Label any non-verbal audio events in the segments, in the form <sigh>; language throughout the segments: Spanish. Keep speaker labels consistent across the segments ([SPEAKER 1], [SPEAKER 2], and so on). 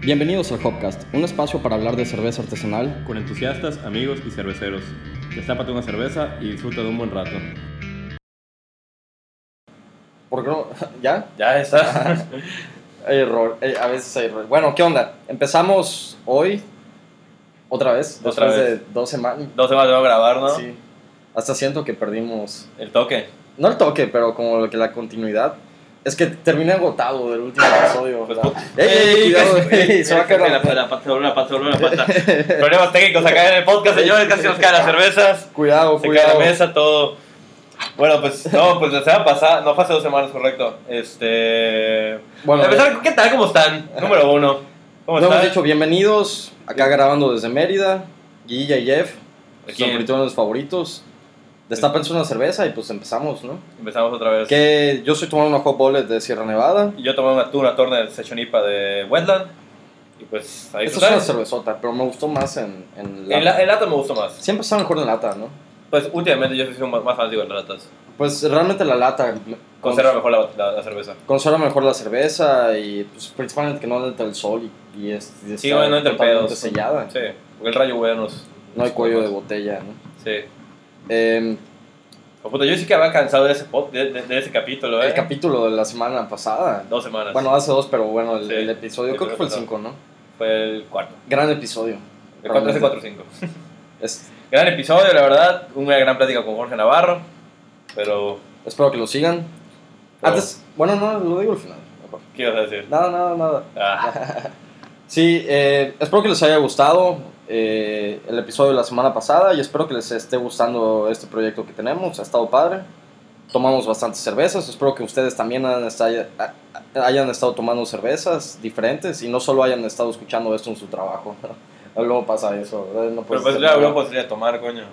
[SPEAKER 1] Bienvenidos al Hopcast, un espacio para hablar de cerveza artesanal.
[SPEAKER 2] con entusiastas, amigos y cerveceros. Destápate una cerveza y disfruta de un buen rato.
[SPEAKER 1] Porque no- <laughs> ¿Ya?
[SPEAKER 2] Ya
[SPEAKER 1] <laughs>
[SPEAKER 2] está.
[SPEAKER 1] Hay error, eh, a veces hay error. Bueno, ¿qué onda? Empezamos hoy, otra vez,
[SPEAKER 2] Otra
[SPEAKER 1] después
[SPEAKER 2] vez.
[SPEAKER 1] de dos semanas.
[SPEAKER 2] Dos semanas de no grabar, ¿no?
[SPEAKER 1] Sí. Hasta siento que perdimos,
[SPEAKER 2] El toque.
[SPEAKER 1] no el toque, pero como que la continuidad. Es que terminé agotado del último episodio.
[SPEAKER 3] <laughs>
[SPEAKER 2] Pues,
[SPEAKER 1] ¿verdad?
[SPEAKER 2] pues,
[SPEAKER 1] ¡Ey, ey,
[SPEAKER 2] ey,
[SPEAKER 1] <laughs> cuidado!
[SPEAKER 2] ey,
[SPEAKER 1] ey,
[SPEAKER 2] ey,
[SPEAKER 1] ah. se va a
[SPEAKER 2] ey,
[SPEAKER 1] caer
[SPEAKER 2] La
[SPEAKER 1] la-
[SPEAKER 2] pata, la pata, se dobló la pata, se dobló la
[SPEAKER 1] <laughs>
[SPEAKER 2] pata. Problemas técnicos acá en el podcast, señores. Casi nos caen las cervezas.
[SPEAKER 1] Cuidado,
[SPEAKER 3] Se cae la
[SPEAKER 1] Ah, cuidado.
[SPEAKER 3] mesa, todo. Bueno, pues no, pues la semana pasada, no fue hace dos semanas, correcto. Este.
[SPEAKER 1] Bueno,
[SPEAKER 3] a pesar, ¿qué tal? ¿Cómo están? Número uno. ¿Cómo
[SPEAKER 1] no hemos
[SPEAKER 3] están?
[SPEAKER 1] dicho bienvenidos, acá grabando desde Mérida, Guilla y Jeff,
[SPEAKER 3] Aquí
[SPEAKER 1] son friturones favoritos. Destápense una cerveza y pues empezamos, ¿no?
[SPEAKER 3] empezamos otra vez.
[SPEAKER 1] Que yo estoy tomando una hot bullet de Sierra Nevada.
[SPEAKER 3] Yo tomé una, tuve una torna de Session IPA de Wetland. Y pues ahí
[SPEAKER 1] Esta es
[SPEAKER 3] está.
[SPEAKER 1] una cervezota, pero me gustó más en, en lata.
[SPEAKER 3] En, la, en lata me gustó más.
[SPEAKER 1] Siempre está mejor en lata, ¿no?
[SPEAKER 3] Pues últimamente yo soy un- más, más fanático de las latas.
[SPEAKER 1] Pues realmente la lata me-
[SPEAKER 3] Conserva
[SPEAKER 1] cons-
[SPEAKER 3] mejor la, la- la cerveza.
[SPEAKER 1] conserva mejor la cerveza y pues, principalmente que no le entra el sol y, y es, y
[SPEAKER 3] Sí,
[SPEAKER 1] está
[SPEAKER 3] bueno, no entra el pedo.
[SPEAKER 1] totalmente sellada.
[SPEAKER 3] Sí, porque el rayo bueno nos.
[SPEAKER 1] No hay cuello de botella, ¿no?
[SPEAKER 3] Sí.
[SPEAKER 1] Eh,
[SPEAKER 3] Oh, puta, yo sí que había cansado de ese, pod- de, de- de ese capítulo, ¿eh?
[SPEAKER 1] el capítulo de la semana pasada.
[SPEAKER 3] dos semanas.
[SPEAKER 1] Bueno, hace dos, pero bueno, el,
[SPEAKER 3] Sí.
[SPEAKER 1] el episodio,
[SPEAKER 3] Sí,
[SPEAKER 1] creo que fue el
[SPEAKER 3] pero-
[SPEAKER 1] 5, ¿no?
[SPEAKER 3] Fue el cuarto.
[SPEAKER 1] Gran episodio.
[SPEAKER 3] El 4
[SPEAKER 1] Realmente.
[SPEAKER 3] es 4 5.
[SPEAKER 1] Es-
[SPEAKER 3] Gran episodio, la verdad. Una gran plática con Jorge Navarro. Pero,
[SPEAKER 1] espero que lo sigan.
[SPEAKER 3] Pero-
[SPEAKER 1] Antes, bueno, no, lo digo al final. mejor.
[SPEAKER 3] ¿qué ibas a decir?
[SPEAKER 1] Nada, nada, nada. <laughs>
[SPEAKER 3] Ah,
[SPEAKER 1] Sí, eh, espero que les haya gustado eh, el episodio de la semana pasada y espero que les esté gustando este proyecto que tenemos. Ha estado padre. Tomamos bastantes cervezas. Espero que ustedes también han estalla- ha- hayan estado tomando cervezas diferentes y no solo hayan estado escuchando esto en su trabajo. <laughs> Luego pasa eso. ¿verdad? No puedes
[SPEAKER 3] pero pues
[SPEAKER 1] hacer
[SPEAKER 3] luego
[SPEAKER 1] nada.
[SPEAKER 3] luego puedes salir a tomar, coño.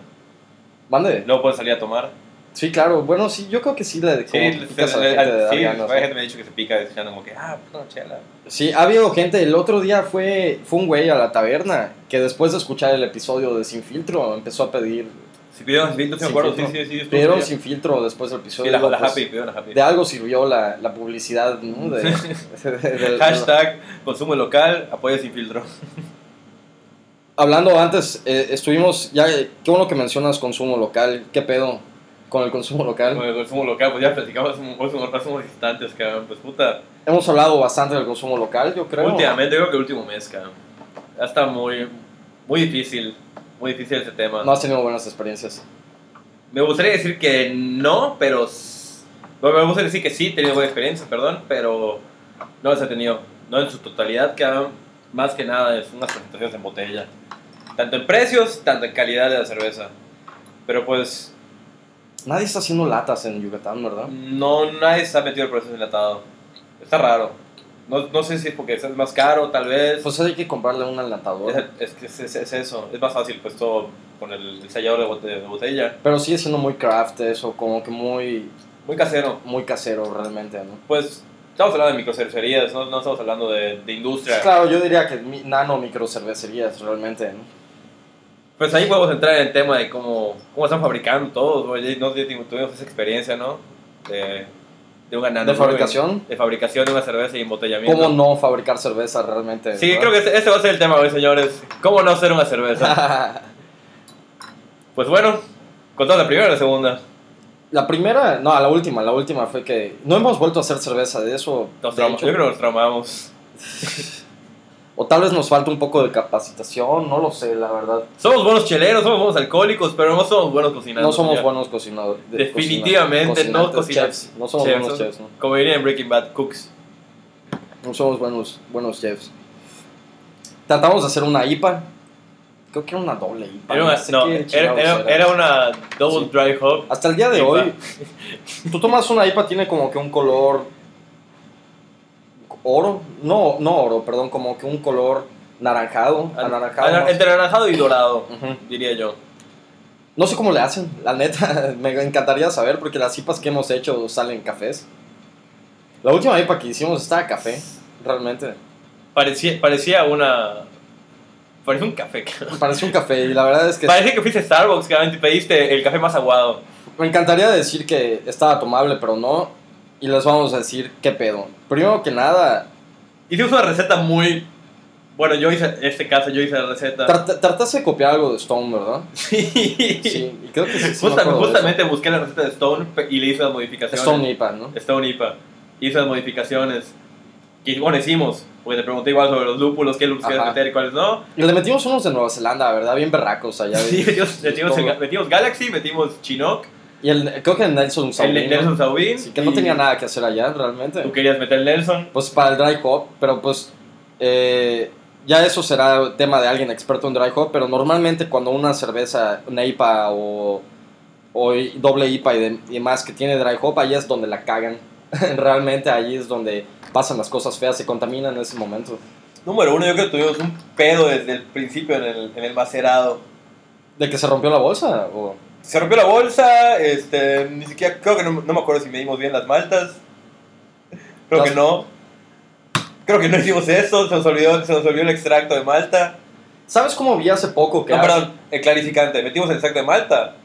[SPEAKER 1] Mande.
[SPEAKER 3] Luego puedes salir a tomar.
[SPEAKER 1] Sí, claro. Bueno, sí, yo creo que sí le
[SPEAKER 3] Sí,
[SPEAKER 1] como
[SPEAKER 3] le-
[SPEAKER 1] picas
[SPEAKER 3] se-
[SPEAKER 1] a la
[SPEAKER 3] le-
[SPEAKER 1] gente de
[SPEAKER 3] al-
[SPEAKER 1] dar
[SPEAKER 3] sí,
[SPEAKER 1] ganas,
[SPEAKER 3] hay
[SPEAKER 1] ¿no?
[SPEAKER 3] gente me ha dicho que se pica escuchando como que, ah, no, chela.
[SPEAKER 1] Sí, ha habido gente. El otro día fue, fue un güey a la taberna que después de escuchar el episodio de Sin Filtro empezó a pedir.
[SPEAKER 3] Si pidieron sin filtro, sí me
[SPEAKER 1] Sin
[SPEAKER 3] acuerdo. Sí,
[SPEAKER 1] filtro.
[SPEAKER 3] sí, sí. estuvo
[SPEAKER 1] Pidieron
[SPEAKER 3] bien.
[SPEAKER 1] Sin Filtro después del episodio.
[SPEAKER 3] Sí, la,
[SPEAKER 1] Digo,
[SPEAKER 3] la
[SPEAKER 1] pues,
[SPEAKER 3] happy, pidieron la happy.
[SPEAKER 1] De algo sirvió la, la publicidad,
[SPEAKER 3] <laughs>
[SPEAKER 1] ¿no? De, de- de-
[SPEAKER 3] Hashtag consumo local, apoyo
[SPEAKER 1] <laughs>
[SPEAKER 3] sin filtro.
[SPEAKER 1] Hablando antes, eh, estuvimos. ya Qué bueno que mencionas consumo local. ¿Qué pedo con el consumo local?
[SPEAKER 3] Con el consumo local, pues ya platicamos hace un- hace unos hace unos instantes, cabrón. Pues puta.
[SPEAKER 1] Hemos hablado bastante del consumo local, yo creo.
[SPEAKER 3] Últimamente, yo creo que el último mes, cabrón. Ya está muy, muy difícil. Muy difícil ese tema.
[SPEAKER 1] No has tenido buenas experiencias.
[SPEAKER 3] Me gustaría decir que no, pero. s- no, me gustaría decir que sí, he tenido buena experiencia, perdón, pero no las he tenido. No en su totalidad, cabrón. Más que nada, es unas presentaciones en botella. Tanto en precios, tanto en calidad de la cerveza. Pero pues,
[SPEAKER 1] Nadie está haciendo latas en Yucatán, ¿verdad?
[SPEAKER 3] no nadie se ha metido el proceso enlatado. Está raro. No, no sé si es porque es más caro, tal vez.
[SPEAKER 1] Pues hay que comprarle un enlatador.
[SPEAKER 3] Es, es que es, es- es eso, es más fácil pues todo con el, el sellador de bote- de botella.
[SPEAKER 1] Pero sigue siendo muy craft eso, como que muy,
[SPEAKER 3] Muy casero.
[SPEAKER 1] muy casero realmente, ¿no?
[SPEAKER 3] Pues estamos hablando de microcercerías, no, no estamos hablando de, de industria.
[SPEAKER 1] Claro, yo diría que mi- nano micro cervecerías realmente, ¿no?
[SPEAKER 3] Pues ahí podemos entrar en el tema de cómo, cómo están fabricando todos. ¿no? Ya- no- ya tuvimos esa experiencia, ¿no? De, de una nano
[SPEAKER 1] De fabricación,
[SPEAKER 3] De fabricación de una cerveza y embotellamiento.
[SPEAKER 1] ¿cómo no fabricar cerveza realmente?
[SPEAKER 3] Sí,
[SPEAKER 1] <laughs>
[SPEAKER 3] creo que ese, ese va a ser el tema hoy, señores. ¿Cómo no hacer una cerveza? pues bueno, contamos la primera o la segunda.
[SPEAKER 1] La primera, no, la última, la última fue que no hemos vuelto a hacer cerveza de eso.
[SPEAKER 3] Nos
[SPEAKER 1] de
[SPEAKER 3] trauma-
[SPEAKER 1] hecho.
[SPEAKER 3] yo creo que nos traumamos.
[SPEAKER 1] O tal vez nos falta un poco de capacitación, no lo sé, la verdad.
[SPEAKER 3] Somos buenos cheleros, somos buenos alcohólicos, pero no somos buenos cocinantes.
[SPEAKER 1] No somos
[SPEAKER 3] ya.
[SPEAKER 1] buenos cocinadores. de-
[SPEAKER 3] Definitivamente
[SPEAKER 1] cocina-
[SPEAKER 3] no
[SPEAKER 1] cocinantes,
[SPEAKER 3] cocina-
[SPEAKER 1] chefs. No somos
[SPEAKER 3] chefs,
[SPEAKER 1] buenos
[SPEAKER 3] ¿no?
[SPEAKER 1] chefs, ¿no?
[SPEAKER 3] Como diría en Breaking Bad, cooks.
[SPEAKER 1] No somos buenos, buenos chefs. Tratamos de hacer una IPA. Creo que era una doble IPA.
[SPEAKER 3] Era
[SPEAKER 1] no
[SPEAKER 3] una,
[SPEAKER 1] sé
[SPEAKER 3] no,
[SPEAKER 1] qué
[SPEAKER 3] era,
[SPEAKER 1] chingados
[SPEAKER 3] era-
[SPEAKER 1] era.
[SPEAKER 3] era una double
[SPEAKER 1] Sí.
[SPEAKER 3] dry hop.
[SPEAKER 1] Hasta el día de
[SPEAKER 3] IPA.
[SPEAKER 1] hoy, tú tomas una IPA, tiene como que un color oro. No, no oro, perdón, como que un color naranjado. anaranjado.
[SPEAKER 3] Ana-
[SPEAKER 1] no sé.
[SPEAKER 3] Entre anaranjado y dorado,
[SPEAKER 1] Ujú.
[SPEAKER 3] diría yo.
[SPEAKER 1] No sé cómo le hacen, la neta. <laughs> Me encantaría saber porque las IPAs que hemos hecho salen cafés. La última IPA que hicimos estaba café, realmente.
[SPEAKER 3] Parecía, parecía una. Parecía un café. cabrón.
[SPEAKER 1] Parece un café y la verdad es que...
[SPEAKER 3] Parecía que fuiste a Starbucks, cabrón, y pediste el café más aguado.
[SPEAKER 1] Me encantaría decir que estaba tomable, pero no. Y les vamos a decir qué pedo. Primero que nada,
[SPEAKER 3] Hicimos una receta muy Bueno, yo hice, en este caso, yo hice la receta.
[SPEAKER 1] Trat- trataste de copiar algo de Stone, ¿verdad?
[SPEAKER 3] <laughs> sí.
[SPEAKER 1] Sí, y creo que sí. sí me
[SPEAKER 3] Justamente,
[SPEAKER 1] acuerdo de eso.
[SPEAKER 3] justamente busqué la receta de Stone pe- y le hice las modificaciones.
[SPEAKER 1] Stone IPA, ¿no?
[SPEAKER 3] Stone IPA. Hice las modificaciones. Que bueno, hicimos. Porque te pregunté igual sobre los lúpulos, qué lúpulos quieres
[SPEAKER 1] Ajá.
[SPEAKER 3] meter y cuáles no.
[SPEAKER 1] Y le metimos unos de Nueva Zelanda, ¿verdad? Bien berracos
[SPEAKER 3] <laughs>
[SPEAKER 1] allá.
[SPEAKER 3] Sí, metimos,
[SPEAKER 1] Sí,
[SPEAKER 3] metimos,
[SPEAKER 1] todo.
[SPEAKER 3] el- metimos Galaxy, metimos Chinook,
[SPEAKER 1] Y el, creo que el Nelson Sauvignon.
[SPEAKER 3] el Nelson Sauvin.
[SPEAKER 1] Sí, que no
[SPEAKER 3] y
[SPEAKER 1] tenía nada que hacer allá, realmente.
[SPEAKER 3] Tú querías meter el Nelson.
[SPEAKER 1] Pues para el dry hop, pero pues eh, ya eso será tema de alguien experto en dry hop, pero normalmente cuando una cerveza, una IPA o, o i- doble IPA y, de- y más que tiene dry hop, ahí es donde la cagan. <laughs> Realmente ahí es donde pasan las cosas feas, se contaminan en ese momento.
[SPEAKER 3] Número uno, yo creo que tuvimos un pedo desde el principio en el, en el macerado.
[SPEAKER 1] ¿De que se rompió la bolsa? O,
[SPEAKER 3] Se rompió la bolsa, este, ni siquiera, creo que no, no me acuerdo si medimos bien las maltas. Creo que
[SPEAKER 1] Las-
[SPEAKER 3] no. Creo que no hicimos eso, se nos olvidó, se nos olvidó el extracto de malta.
[SPEAKER 1] ¿Sabes cómo vi hace poco que,
[SPEAKER 3] No, perdón, el clarificante, metimos el extracto de malta.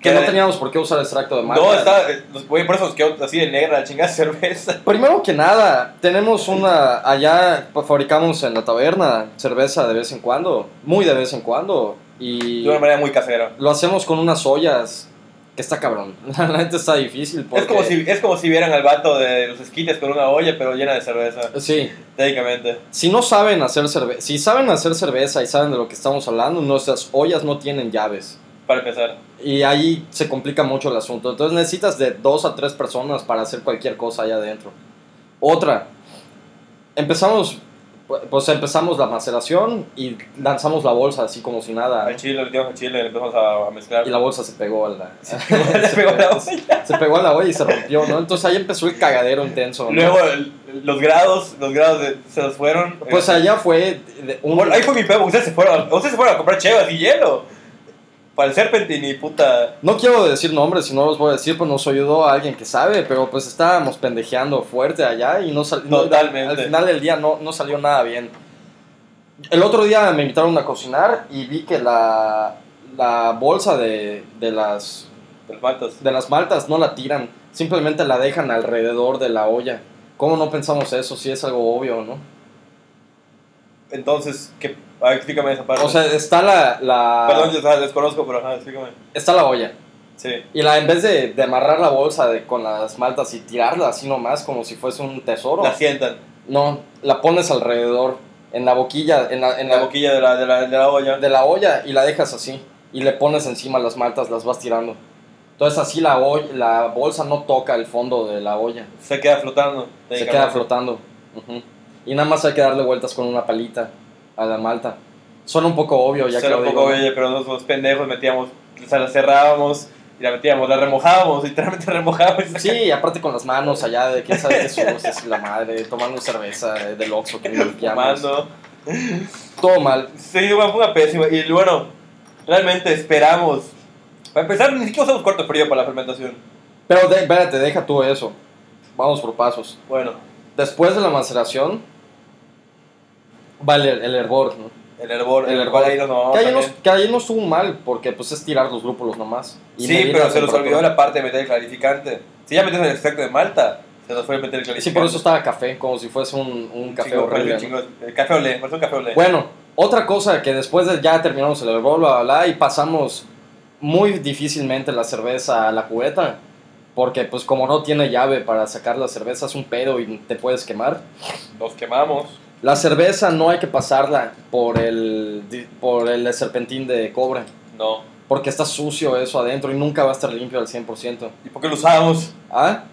[SPEAKER 1] que no
[SPEAKER 3] Eh,
[SPEAKER 1] teníamos por qué usar extracto de malta?
[SPEAKER 3] No, está, eh, nos- güey, por eso nos quedó así de negra la chingada <laughs> cerveza.
[SPEAKER 1] Primero que nada, tenemos una. Allá fabricamos en la taberna cerveza de vez en cuando, muy de vez en cuando. Y
[SPEAKER 3] De una manera muy casera.
[SPEAKER 1] lo hacemos con unas ollas que está cabrón. <laughs> La neta está difícil. Porque,
[SPEAKER 3] Es como, si, es como si vieran al vato de los esquites con una olla, pero llena de cerveza,
[SPEAKER 1] Sí,
[SPEAKER 3] técnicamente.
[SPEAKER 1] si no saben hacer cerveza, si saben hacer cerveza y saben de lo que estamos hablando, nuestras ollas no tienen llaves.
[SPEAKER 3] Para empezar,
[SPEAKER 1] Y ahí se complica mucho el asunto. Entonces necesitas de dos a tres personas para hacer cualquier cosa allá adentro. Otra, empezamos, pues empezamos la maceración y lanzamos la bolsa así como si nada.
[SPEAKER 3] al
[SPEAKER 1] ¿no?
[SPEAKER 3] chile, lo metimos al chile, le empezamos a, a mezclar.
[SPEAKER 1] Y la bolsa se pegó a la... <laughs>
[SPEAKER 3] Le <laughs> pegó la olla.
[SPEAKER 1] se pegó a la olla y se rompió, ¿no? Entonces ahí empezó el cagadero intenso. ¿no?
[SPEAKER 3] Luego el- los grados, los grados de- se los fueron.
[SPEAKER 1] pues
[SPEAKER 3] Eh,
[SPEAKER 1] allá fue de- un-
[SPEAKER 3] bueno, ahí fue mi pebo, ustedes se fueron, a- ustedes se fueron a comprar chevas y hielo. Para el serpentín y puta.
[SPEAKER 1] No quiero decir nombres, si no los voy a decir, pues nos ayudó a alguien que sabe, pero pues estábamos pendejeando fuerte allá y no salió.
[SPEAKER 3] Totalmente.
[SPEAKER 1] al final del día no, no salió nada bien. El otro día me invitaron a cocinar y vi que la, la bolsa de, de las,
[SPEAKER 3] Los matos.
[SPEAKER 1] de las maltas no la tiran, simplemente la dejan alrededor de la olla. ¿Cómo no pensamos eso? Si es algo obvio, ¿no?
[SPEAKER 3] Entonces, ¿qué? A ver, explícame esa parte.
[SPEAKER 1] O sea, está la, la-
[SPEAKER 3] Perdón, yo o sea, desconozco, pero ajá, explícame.
[SPEAKER 1] está la olla.
[SPEAKER 3] Sí.
[SPEAKER 1] Y la, en vez de, de amarrar la bolsa de- con las maltas y tirarla así nomás, como si fuese un tesoro,
[SPEAKER 3] La sientan
[SPEAKER 1] no, la pones alrededor, en la boquilla, en la, en
[SPEAKER 3] en
[SPEAKER 1] la
[SPEAKER 3] la boquilla de la, de la, de la olla.
[SPEAKER 1] de la olla y la dejas así. Y le pones encima las maltas, las vas tirando. Entonces así la, oll- la bolsa no toca el fondo de la olla,
[SPEAKER 3] Se queda flotando.
[SPEAKER 1] se queda flotando. Ujú. Y nada más hay que darle vueltas con una palita a la malta. Suena un poco obvio, Pues ya que
[SPEAKER 3] Era
[SPEAKER 1] lo
[SPEAKER 3] un
[SPEAKER 1] digo,
[SPEAKER 3] poco
[SPEAKER 1] ¿no?
[SPEAKER 3] bella, pero nosotros los pendejos metíamos, o sea, la cerrábamos y la metíamos, la remojábamos, <laughs> literalmente remojábamos.
[SPEAKER 1] Sí,
[SPEAKER 3] <laughs>
[SPEAKER 1] y aparte con las manos allá de quién sabe qué somos, es la madre, tomando cerveza del Oxxo que nos llamas.
[SPEAKER 3] Fumando.
[SPEAKER 1] Todo mal.
[SPEAKER 3] Sí, bueno, fue una pésima. Y bueno, realmente esperamos. Para empezar, ni siquiera usamos cuarto frío para la fermentación.
[SPEAKER 1] Pero de- espérate, deja tú eso. Vamos por pasos.
[SPEAKER 3] Bueno,
[SPEAKER 1] Después de la maceración, vale el, el hervor, ¿no?
[SPEAKER 3] el hervor,
[SPEAKER 1] El
[SPEAKER 3] el,
[SPEAKER 1] hervor.
[SPEAKER 3] hervor ahí nos
[SPEAKER 1] que,
[SPEAKER 3] mamamos
[SPEAKER 1] ahí no,
[SPEAKER 3] también.
[SPEAKER 1] que ahí no estuvo mal, porque pues es tirar los lúpulos nomás. y
[SPEAKER 3] Sí,
[SPEAKER 1] medir
[SPEAKER 3] pero
[SPEAKER 1] la
[SPEAKER 3] se nos
[SPEAKER 1] temperatura.
[SPEAKER 3] olvidó la parte de meter el clarificante. Si ya metes el extracto de Malta, se nos fue a meter el clarificante.
[SPEAKER 1] Sí, por eso estaba café, como si fuese un, un café
[SPEAKER 3] Chingo,
[SPEAKER 1] horrible.
[SPEAKER 3] parece
[SPEAKER 1] ¿no?
[SPEAKER 3] un chingo- el café olé, parece un café olé.
[SPEAKER 1] Bueno, otra cosa que después de ya terminamos el hervor, bla, bla, bla, y pasamos muy difícilmente la cerveza a la cubeta, porque pues como no tiene llave para sacar la cerveza es un pedo y te puedes quemar.
[SPEAKER 3] Nos quemamos.
[SPEAKER 1] La cerveza no hay que pasarla por el, di- por el serpentín de cobre,
[SPEAKER 3] No.
[SPEAKER 1] porque está sucio eso adentro y nunca va a estar limpio al 100%.
[SPEAKER 3] ¿Y por qué lo usamos?
[SPEAKER 1] ¿Ah?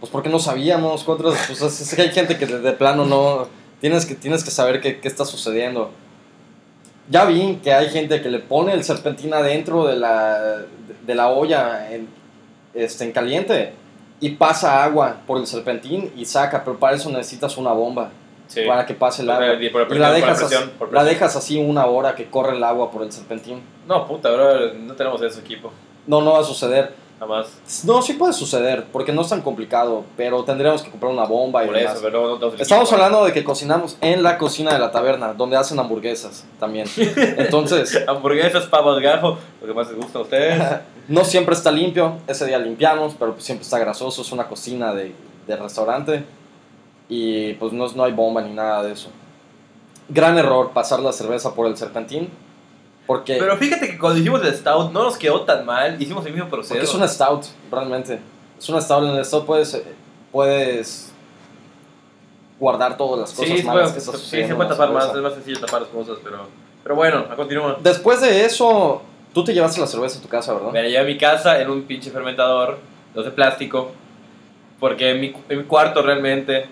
[SPEAKER 1] Pues porque no sabíamos, otras, pues es- es que hay gente que de, de plano no, tienes que, tienes que saber qué, qué está sucediendo. Ya vi que hay gente que le pone el serpentina dentro de la, de la olla en, este, en caliente y pasa agua por el serpentín y saca, pero para eso necesitas una bomba
[SPEAKER 3] Sí.
[SPEAKER 1] para que pase el
[SPEAKER 3] O sea,
[SPEAKER 1] agua.
[SPEAKER 3] y por la
[SPEAKER 1] y la
[SPEAKER 3] presión, por la
[SPEAKER 1] dejas,
[SPEAKER 3] presión,
[SPEAKER 1] así,
[SPEAKER 3] por
[SPEAKER 1] la
[SPEAKER 3] presión.
[SPEAKER 1] dejas así una hora que corre el agua por el serpentín.
[SPEAKER 3] No, puta, bro, no tenemos ese equipo.
[SPEAKER 1] No, no va a suceder.
[SPEAKER 3] Nada más.
[SPEAKER 1] No, sí puede suceder, porque no es tan complicado, pero tendríamos que comprar una bomba y
[SPEAKER 3] Por eso,
[SPEAKER 1] demás.
[SPEAKER 3] pero no tenemos el
[SPEAKER 1] Estamos
[SPEAKER 3] equipo.
[SPEAKER 1] hablando de que cocinamos en la cocina de la taberna, donde hacen hamburguesas
[SPEAKER 3] <laughs>
[SPEAKER 1] también. Entonces,
[SPEAKER 3] Hamburguesas, papas, gajo, lo que más les gusta
[SPEAKER 1] <laughs>
[SPEAKER 3] a ustedes.
[SPEAKER 1] no siempre está limpio, ese día limpiamos, pero pues siempre está grasoso, es una cocina de, de restaurante y pues no, no hay bomba ni nada de eso. gran error pasar la cerveza por el serpentín. Porque,
[SPEAKER 3] Pero fíjate que cuando hicimos el stout no nos quedó tan mal, hicimos el mismo proceso.
[SPEAKER 1] porque es una stout, realmente. Es una stout. En el stout puedes, eh, puedes guardar todas las cosas
[SPEAKER 3] sí, se
[SPEAKER 1] malas
[SPEAKER 3] puede-
[SPEAKER 1] que estás
[SPEAKER 3] sí, se puede tapar más, es más sencillo tapar las cosas, pero, pero bueno, a continuar.
[SPEAKER 1] Después de eso, tú te llevaste la cerveza a tu casa, ¿verdad?
[SPEAKER 3] Me la llevé a mi casa en un pinche fermentador, los de plástico, porque en mi, en mi cuarto realmente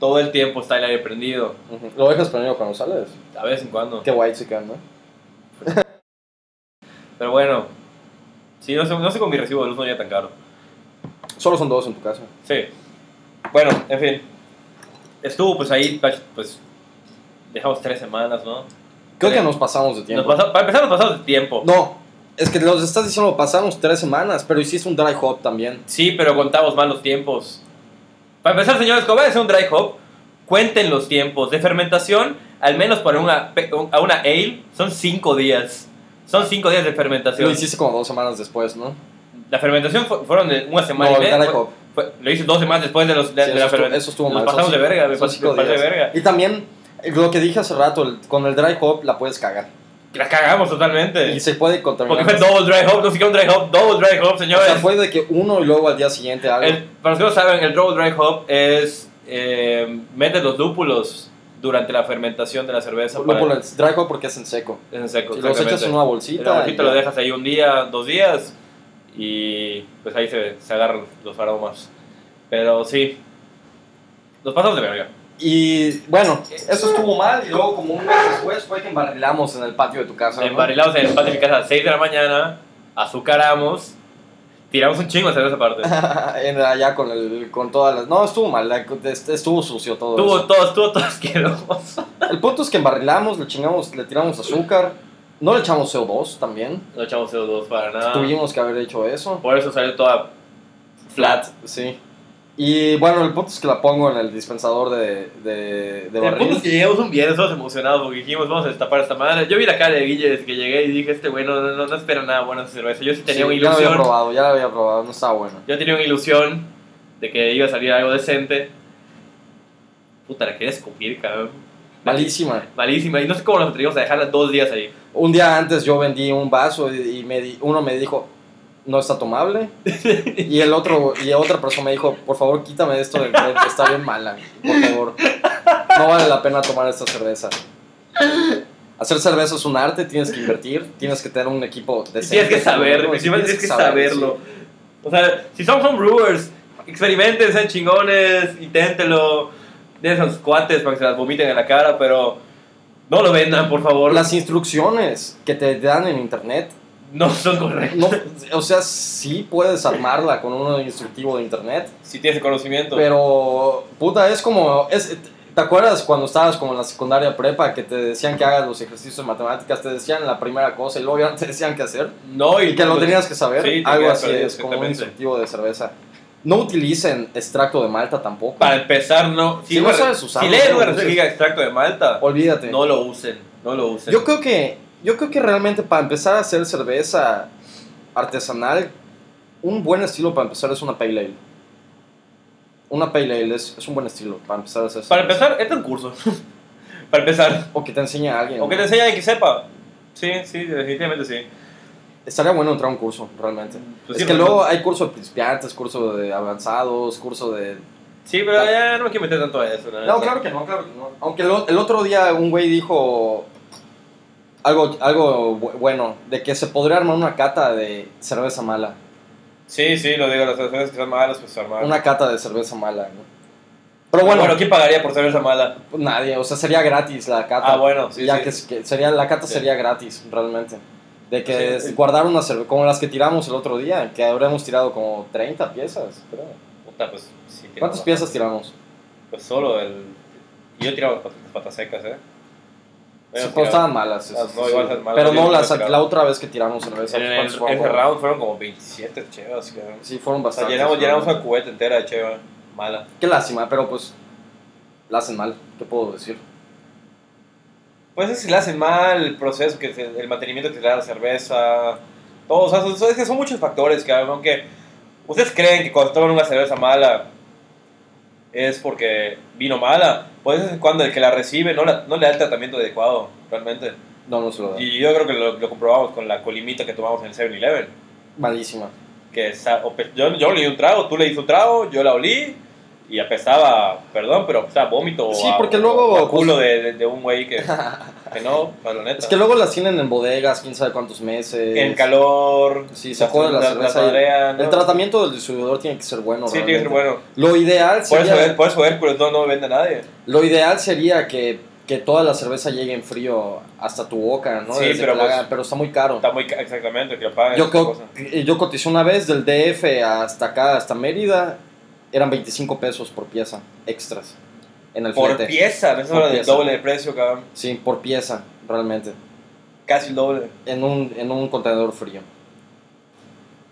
[SPEAKER 3] todo el tiempo está el aire prendido,
[SPEAKER 1] Ujú. Lo dejas prendido cuando sales.
[SPEAKER 3] a vez en cuando.
[SPEAKER 1] Qué guay, chica, ¿no?
[SPEAKER 3] Pero bueno, sí, no sé, no sé con mi recibo de luz no llega tan caro.
[SPEAKER 1] Solo son dos en tu casa.
[SPEAKER 3] Sí. Bueno, en fin. Estuvo pues ahí, pues dejamos tres semanas, ¿no?
[SPEAKER 1] Creo
[SPEAKER 3] Sí.
[SPEAKER 1] que nos pasamos de tiempo.
[SPEAKER 3] Nos pasa- para empezar nos pasamos de tiempo.
[SPEAKER 1] No, es que los estás diciendo, pasamos tres semanas, pero hiciste un dry hop también.
[SPEAKER 3] Sí, pero contamos mal los tiempos. Para empezar, señores, cuando vayan a hacer un dry hop, cuenten los tiempos de fermentación, al menos para una, pe- un- a una ale, son 5 días. Son 5 días de
[SPEAKER 1] Lo
[SPEAKER 3] fermentación.
[SPEAKER 1] hiciste como dos semanas después, ¿no?
[SPEAKER 3] La fermentación fu- fueron de una semana
[SPEAKER 1] no,
[SPEAKER 3] y
[SPEAKER 1] el
[SPEAKER 3] media.
[SPEAKER 1] dry
[SPEAKER 3] Fue-
[SPEAKER 1] hop.
[SPEAKER 3] fue- lo hice dos semanas después de, los, de,
[SPEAKER 1] Sí,
[SPEAKER 3] de la
[SPEAKER 1] eso, estuvo,
[SPEAKER 3] fermentación.
[SPEAKER 1] eso estuvo
[SPEAKER 3] Nos
[SPEAKER 1] mal.
[SPEAKER 3] pasamos
[SPEAKER 1] son
[SPEAKER 3] de verga, me
[SPEAKER 1] cinco- son
[SPEAKER 3] pasé,
[SPEAKER 1] cinco
[SPEAKER 3] me pasé de
[SPEAKER 1] días.
[SPEAKER 3] verga.
[SPEAKER 1] Y también, eh, lo que dije hace rato, el- con el dry hop la puedes cagar.
[SPEAKER 3] La cagamos totalmente.
[SPEAKER 1] Y se puede
[SPEAKER 3] Porque
[SPEAKER 1] contaminar.
[SPEAKER 3] fue double dry hop, no sé qué un dry hop, double dry hop,
[SPEAKER 1] o
[SPEAKER 3] señores.
[SPEAKER 1] sea, fue de que uno y luego al día siguiente algo.
[SPEAKER 3] El- para los que no saben, el Double Dry Hop es. Eh, metes los lúpulos durante la fermentación de la cerveza.
[SPEAKER 1] Lo
[SPEAKER 3] para-
[SPEAKER 1] por el dry hop porque es en seco.
[SPEAKER 3] Es en seco.
[SPEAKER 1] Y los echas en una bolsita.
[SPEAKER 3] la bolsita
[SPEAKER 1] y
[SPEAKER 3] lo
[SPEAKER 1] ya.
[SPEAKER 3] dejas ahí un día, dos días. Y pues ahí se, se agarran los aromas. Pero sí. Los pasamos de verga.
[SPEAKER 1] Y bueno, eso estuvo mal y luego como un mes después fue que embarrilamos en el patio de tu casa. ¿no?
[SPEAKER 3] Embarrilados en el patio de mi casa a las 6 de la mañana. Azucaramos. Tiramos un chingo de cerveza aparte.
[SPEAKER 1] <laughs> En- allá con, el- con todas las... No, estuvo mal, la- est- estuvo sucio todo.
[SPEAKER 3] Estuvo
[SPEAKER 1] eso.
[SPEAKER 3] todo, estuvo todo <laughs> asqueroso.
[SPEAKER 1] El punto es que embarrilamos, le chingamos, le tiramos azúcar, no le echamos CO2 también.
[SPEAKER 3] No echamos CO2 para nada.
[SPEAKER 1] Tuvimos que haber hecho eso.
[SPEAKER 3] Por eso salió toda flat.
[SPEAKER 1] Sí. Y bueno, el punto es que la pongo en el dispensador de, de, de
[SPEAKER 3] El
[SPEAKER 1] barril.
[SPEAKER 3] punto es que llegamos un viernes todos emocionados porque dijimos, vamos a destapar esta madre. Yo vi la cara de Guille desde que llegué y dije, este güey no, no, no, no espera nada bueno de cerveza. Yo sí tenía una
[SPEAKER 1] Sí, ya lo había
[SPEAKER 3] ilusión.
[SPEAKER 1] probado, ya lo había probado, no estaba bueno.
[SPEAKER 3] Yo tenía una ilusión de que iba a salir algo decente. Puta, la quería escupir, cabrón.
[SPEAKER 1] Malísima.
[SPEAKER 3] Malísima. Y no sé cómo nos atrevimos a dejarla dos días ahí.
[SPEAKER 1] Un día antes yo vendí un vaso y, y me di- uno me dijo, no está
[SPEAKER 3] <laughs>
[SPEAKER 1] tomable. y el otro, y otra persona me dijo, por favor quítame esto del frente, está bien mala, por favor. No vale la pena tomar esta cerveza. Hacer cerveza es un arte, tienes que invertir, tienes que tener un equipo decente.
[SPEAKER 3] Tienes que saber,
[SPEAKER 1] seguro,
[SPEAKER 3] güey,
[SPEAKER 1] y
[SPEAKER 3] tienes que saberlo. O sea, si son homebrewers, experimenten, sean chingones, inténtenlo. De esos cuates para que se las vomiten en la cara, pero no lo vendan, por favor.
[SPEAKER 1] Por las instrucciones que te dan en internet,
[SPEAKER 3] No son correctos.
[SPEAKER 1] no, o sea, sí puedes armarla con un instructivo de internet,
[SPEAKER 3] Si tienes el conocimiento.
[SPEAKER 1] Pero, puta, es como. Es, ¿Te acuerdas cuando estabas como en la secundaria prepa que te decían que hagas los ejercicios de matemáticas? Te decían la primera cosa y luego ya no te decían qué hacer.
[SPEAKER 3] no, pues,
[SPEAKER 1] Y que lo tenías que saber.
[SPEAKER 3] Sí, te
[SPEAKER 1] Algo
[SPEAKER 3] quedas
[SPEAKER 1] así
[SPEAKER 3] perdido,
[SPEAKER 1] es como un
[SPEAKER 3] exactamente.
[SPEAKER 1] instructivo de cerveza. No utilicen extracto de malta tampoco.
[SPEAKER 3] Para empezar, no.
[SPEAKER 1] Si no
[SPEAKER 3] bueno,
[SPEAKER 1] sabes usarlo,
[SPEAKER 3] Si lees
[SPEAKER 1] no lo
[SPEAKER 3] una receta
[SPEAKER 1] uses.
[SPEAKER 3] que diga extracto de Malta,
[SPEAKER 1] Olvídate.
[SPEAKER 3] no lo usen. No lo usen.
[SPEAKER 1] yo creo que. Yo creo que realmente para empezar a hacer cerveza artesanal, un buen estilo para empezar es una pale ale. Una pale ale es, es un buen estilo para empezar a hacer
[SPEAKER 3] Para
[SPEAKER 1] cerveza.
[SPEAKER 3] empezar, este es un curso. <laughs> Para empezar.
[SPEAKER 1] O que te enseñe a alguien.
[SPEAKER 3] O que te enseñe que sepa. Sí, sí, definitivamente sí.
[SPEAKER 1] Estaría bueno entrar a un curso, realmente.
[SPEAKER 3] Pues
[SPEAKER 1] es
[SPEAKER 3] sí,
[SPEAKER 1] que
[SPEAKER 3] no-
[SPEAKER 1] luego hay curso de principiantes, curso de avanzados, curso de...
[SPEAKER 3] Sí, pero ya no me quiero meter tanto a eso. la
[SPEAKER 1] No,
[SPEAKER 3] neta.
[SPEAKER 1] claro que no, claro que no. Aunque lo- el otro día un güey dijo algo, algo bu- bueno, de que se podría armar una cata de cerveza mala.
[SPEAKER 3] Sí, sí, lo digo. Las personas que son malas, pues son malas.
[SPEAKER 1] Una cata de cerveza mala, ¿no? Pero bueno,
[SPEAKER 3] bueno, ¿quién pagaría por saber esa mala?
[SPEAKER 1] pues nadie, o sea, sería gratis la cata.
[SPEAKER 3] Ah, bueno, sí,
[SPEAKER 1] ya
[SPEAKER 3] sí.
[SPEAKER 1] que, es- que sería, la cata
[SPEAKER 3] Sí.
[SPEAKER 1] sería gratis, realmente. De que
[SPEAKER 3] Sí,
[SPEAKER 1] es
[SPEAKER 3] sí.
[SPEAKER 1] guardar una cerveza, como las que tiramos el otro día, que habremos tirado como 30 piezas, creo.
[SPEAKER 3] Puta, pues sí. que
[SPEAKER 1] ¿Cuántas
[SPEAKER 3] no.
[SPEAKER 1] piezas tiramos?
[SPEAKER 3] Pues solo el. Yo tiraba las patas, las patas secas, ¿eh?
[SPEAKER 1] Sí,
[SPEAKER 3] Menos
[SPEAKER 1] pero
[SPEAKER 3] tiraba.
[SPEAKER 1] estaban malas.
[SPEAKER 3] Ah,
[SPEAKER 1] sí,
[SPEAKER 3] no,
[SPEAKER 1] sí,
[SPEAKER 3] igual
[SPEAKER 1] sí.
[SPEAKER 3] esas malas
[SPEAKER 1] Pero
[SPEAKER 3] yo
[SPEAKER 1] no,
[SPEAKER 3] nunca
[SPEAKER 1] las-
[SPEAKER 3] tiraba.
[SPEAKER 1] la otra vez que tiramos cerveza.
[SPEAKER 3] En el,
[SPEAKER 1] ¿cuántas fueron?
[SPEAKER 3] ese round fueron como 27 chevas, cabrón.
[SPEAKER 1] Sí, fueron
[SPEAKER 3] O sea,
[SPEAKER 1] bastantes.
[SPEAKER 3] llenamos, llenamos una
[SPEAKER 1] realmente.
[SPEAKER 3] cubeta entera de cheva mala.
[SPEAKER 1] Qué lástima, pero pues la hacen mal, ¿qué puedo decir?
[SPEAKER 3] Pues es que le hacen mal el proceso, que se- el mantenimiento que se le da a la cerveza. Todo, o sea, son, son- es que son muchos factores, cabrón. Aunque ustedes creen que cuando toman una cerveza mala es porque vino mala, pues es cuando el que la recibe no, la- no le da el tratamiento adecuado, realmente.
[SPEAKER 1] No, no se lo da.
[SPEAKER 3] Y yo creo que lo, lo comprobamos con la colimita que tomamos en el 7-Eleven.
[SPEAKER 1] Malísima.
[SPEAKER 3] Que sa- ope- yo, yo le di un trago, tú le diste un trago, yo la olí y apestaba, perdón, pero apestaba a vómito. o
[SPEAKER 1] Sí,
[SPEAKER 3] a-
[SPEAKER 1] porque
[SPEAKER 3] o
[SPEAKER 1] luego,
[SPEAKER 3] a culo
[SPEAKER 1] pues-
[SPEAKER 3] de, de- de un güey que, que no, <laughs> para la neta.
[SPEAKER 1] Es que luego las tienen en bodegas, quién sabe cuántos meses.
[SPEAKER 3] en calor.
[SPEAKER 1] Sí, se jode la cerveza y-
[SPEAKER 3] madrean,
[SPEAKER 1] El
[SPEAKER 3] ¿no?
[SPEAKER 1] tratamiento del distribuidor tiene que ser bueno.
[SPEAKER 3] Sí, tiene que ser
[SPEAKER 1] realmente.
[SPEAKER 3] bueno.
[SPEAKER 1] Lo ideal
[SPEAKER 3] Por eso,
[SPEAKER 1] sería,
[SPEAKER 3] por eso Hércules no, no vende a nadie.
[SPEAKER 1] lo ideal sería que, que toda la cerveza llegue en frío hasta tu boca, ¿no?
[SPEAKER 3] Sí,
[SPEAKER 1] Desde
[SPEAKER 3] pero
[SPEAKER 1] que la
[SPEAKER 3] pues-
[SPEAKER 1] hagan, pero está muy caro.
[SPEAKER 3] Está muy ca- exactamente, que lo paguen.
[SPEAKER 1] Yo,
[SPEAKER 3] esa
[SPEAKER 1] co-
[SPEAKER 3] Ah,
[SPEAKER 1] eh,
[SPEAKER 3] cosa.
[SPEAKER 1] yo cotizé una vez del DF hasta acá, hasta Mérida, eran 25 pesos por pieza, extras, en el
[SPEAKER 3] Por
[SPEAKER 1] flete.
[SPEAKER 3] pieza, eso
[SPEAKER 1] Por
[SPEAKER 3] era del
[SPEAKER 1] pieza.
[SPEAKER 3] doble de precio, cabrón.
[SPEAKER 1] Sí, por pieza, realmente,
[SPEAKER 3] Casi el doble.
[SPEAKER 1] en un, en un contenedor frío.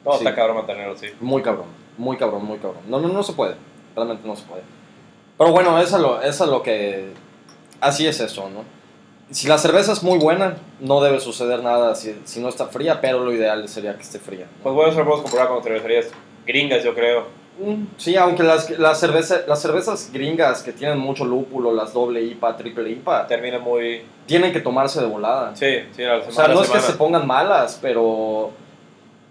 [SPEAKER 3] No,
[SPEAKER 1] Sí.
[SPEAKER 3] está cabrón mantenerlo, sí.
[SPEAKER 1] Muy cabrón, muy cabrón, muy cabrón. No, no, no se puede, realmente no se puede. Pero bueno, eso es lo, eso es lo que... Así es eso, ¿no? Si la cerveza es muy buena, no debe suceder nada si, si no está fría, pero lo ideal sería que esté fría. ¿no?
[SPEAKER 3] Pues bueno, eso lo podemos comparar con cervecerías gringas, yo creo.
[SPEAKER 1] Mm, Sí, aunque las, las, cerveza- las cervezas gringas que tienen mucho lúpulo, las doble IPA, triple IPA,
[SPEAKER 3] Termina muy.
[SPEAKER 1] tienen que tomarse de volada.
[SPEAKER 3] Sí, sí, a la semana.
[SPEAKER 1] O sea,
[SPEAKER 3] a
[SPEAKER 1] no
[SPEAKER 3] la
[SPEAKER 1] es que se
[SPEAKER 3] semana.
[SPEAKER 1] pongan malas, pero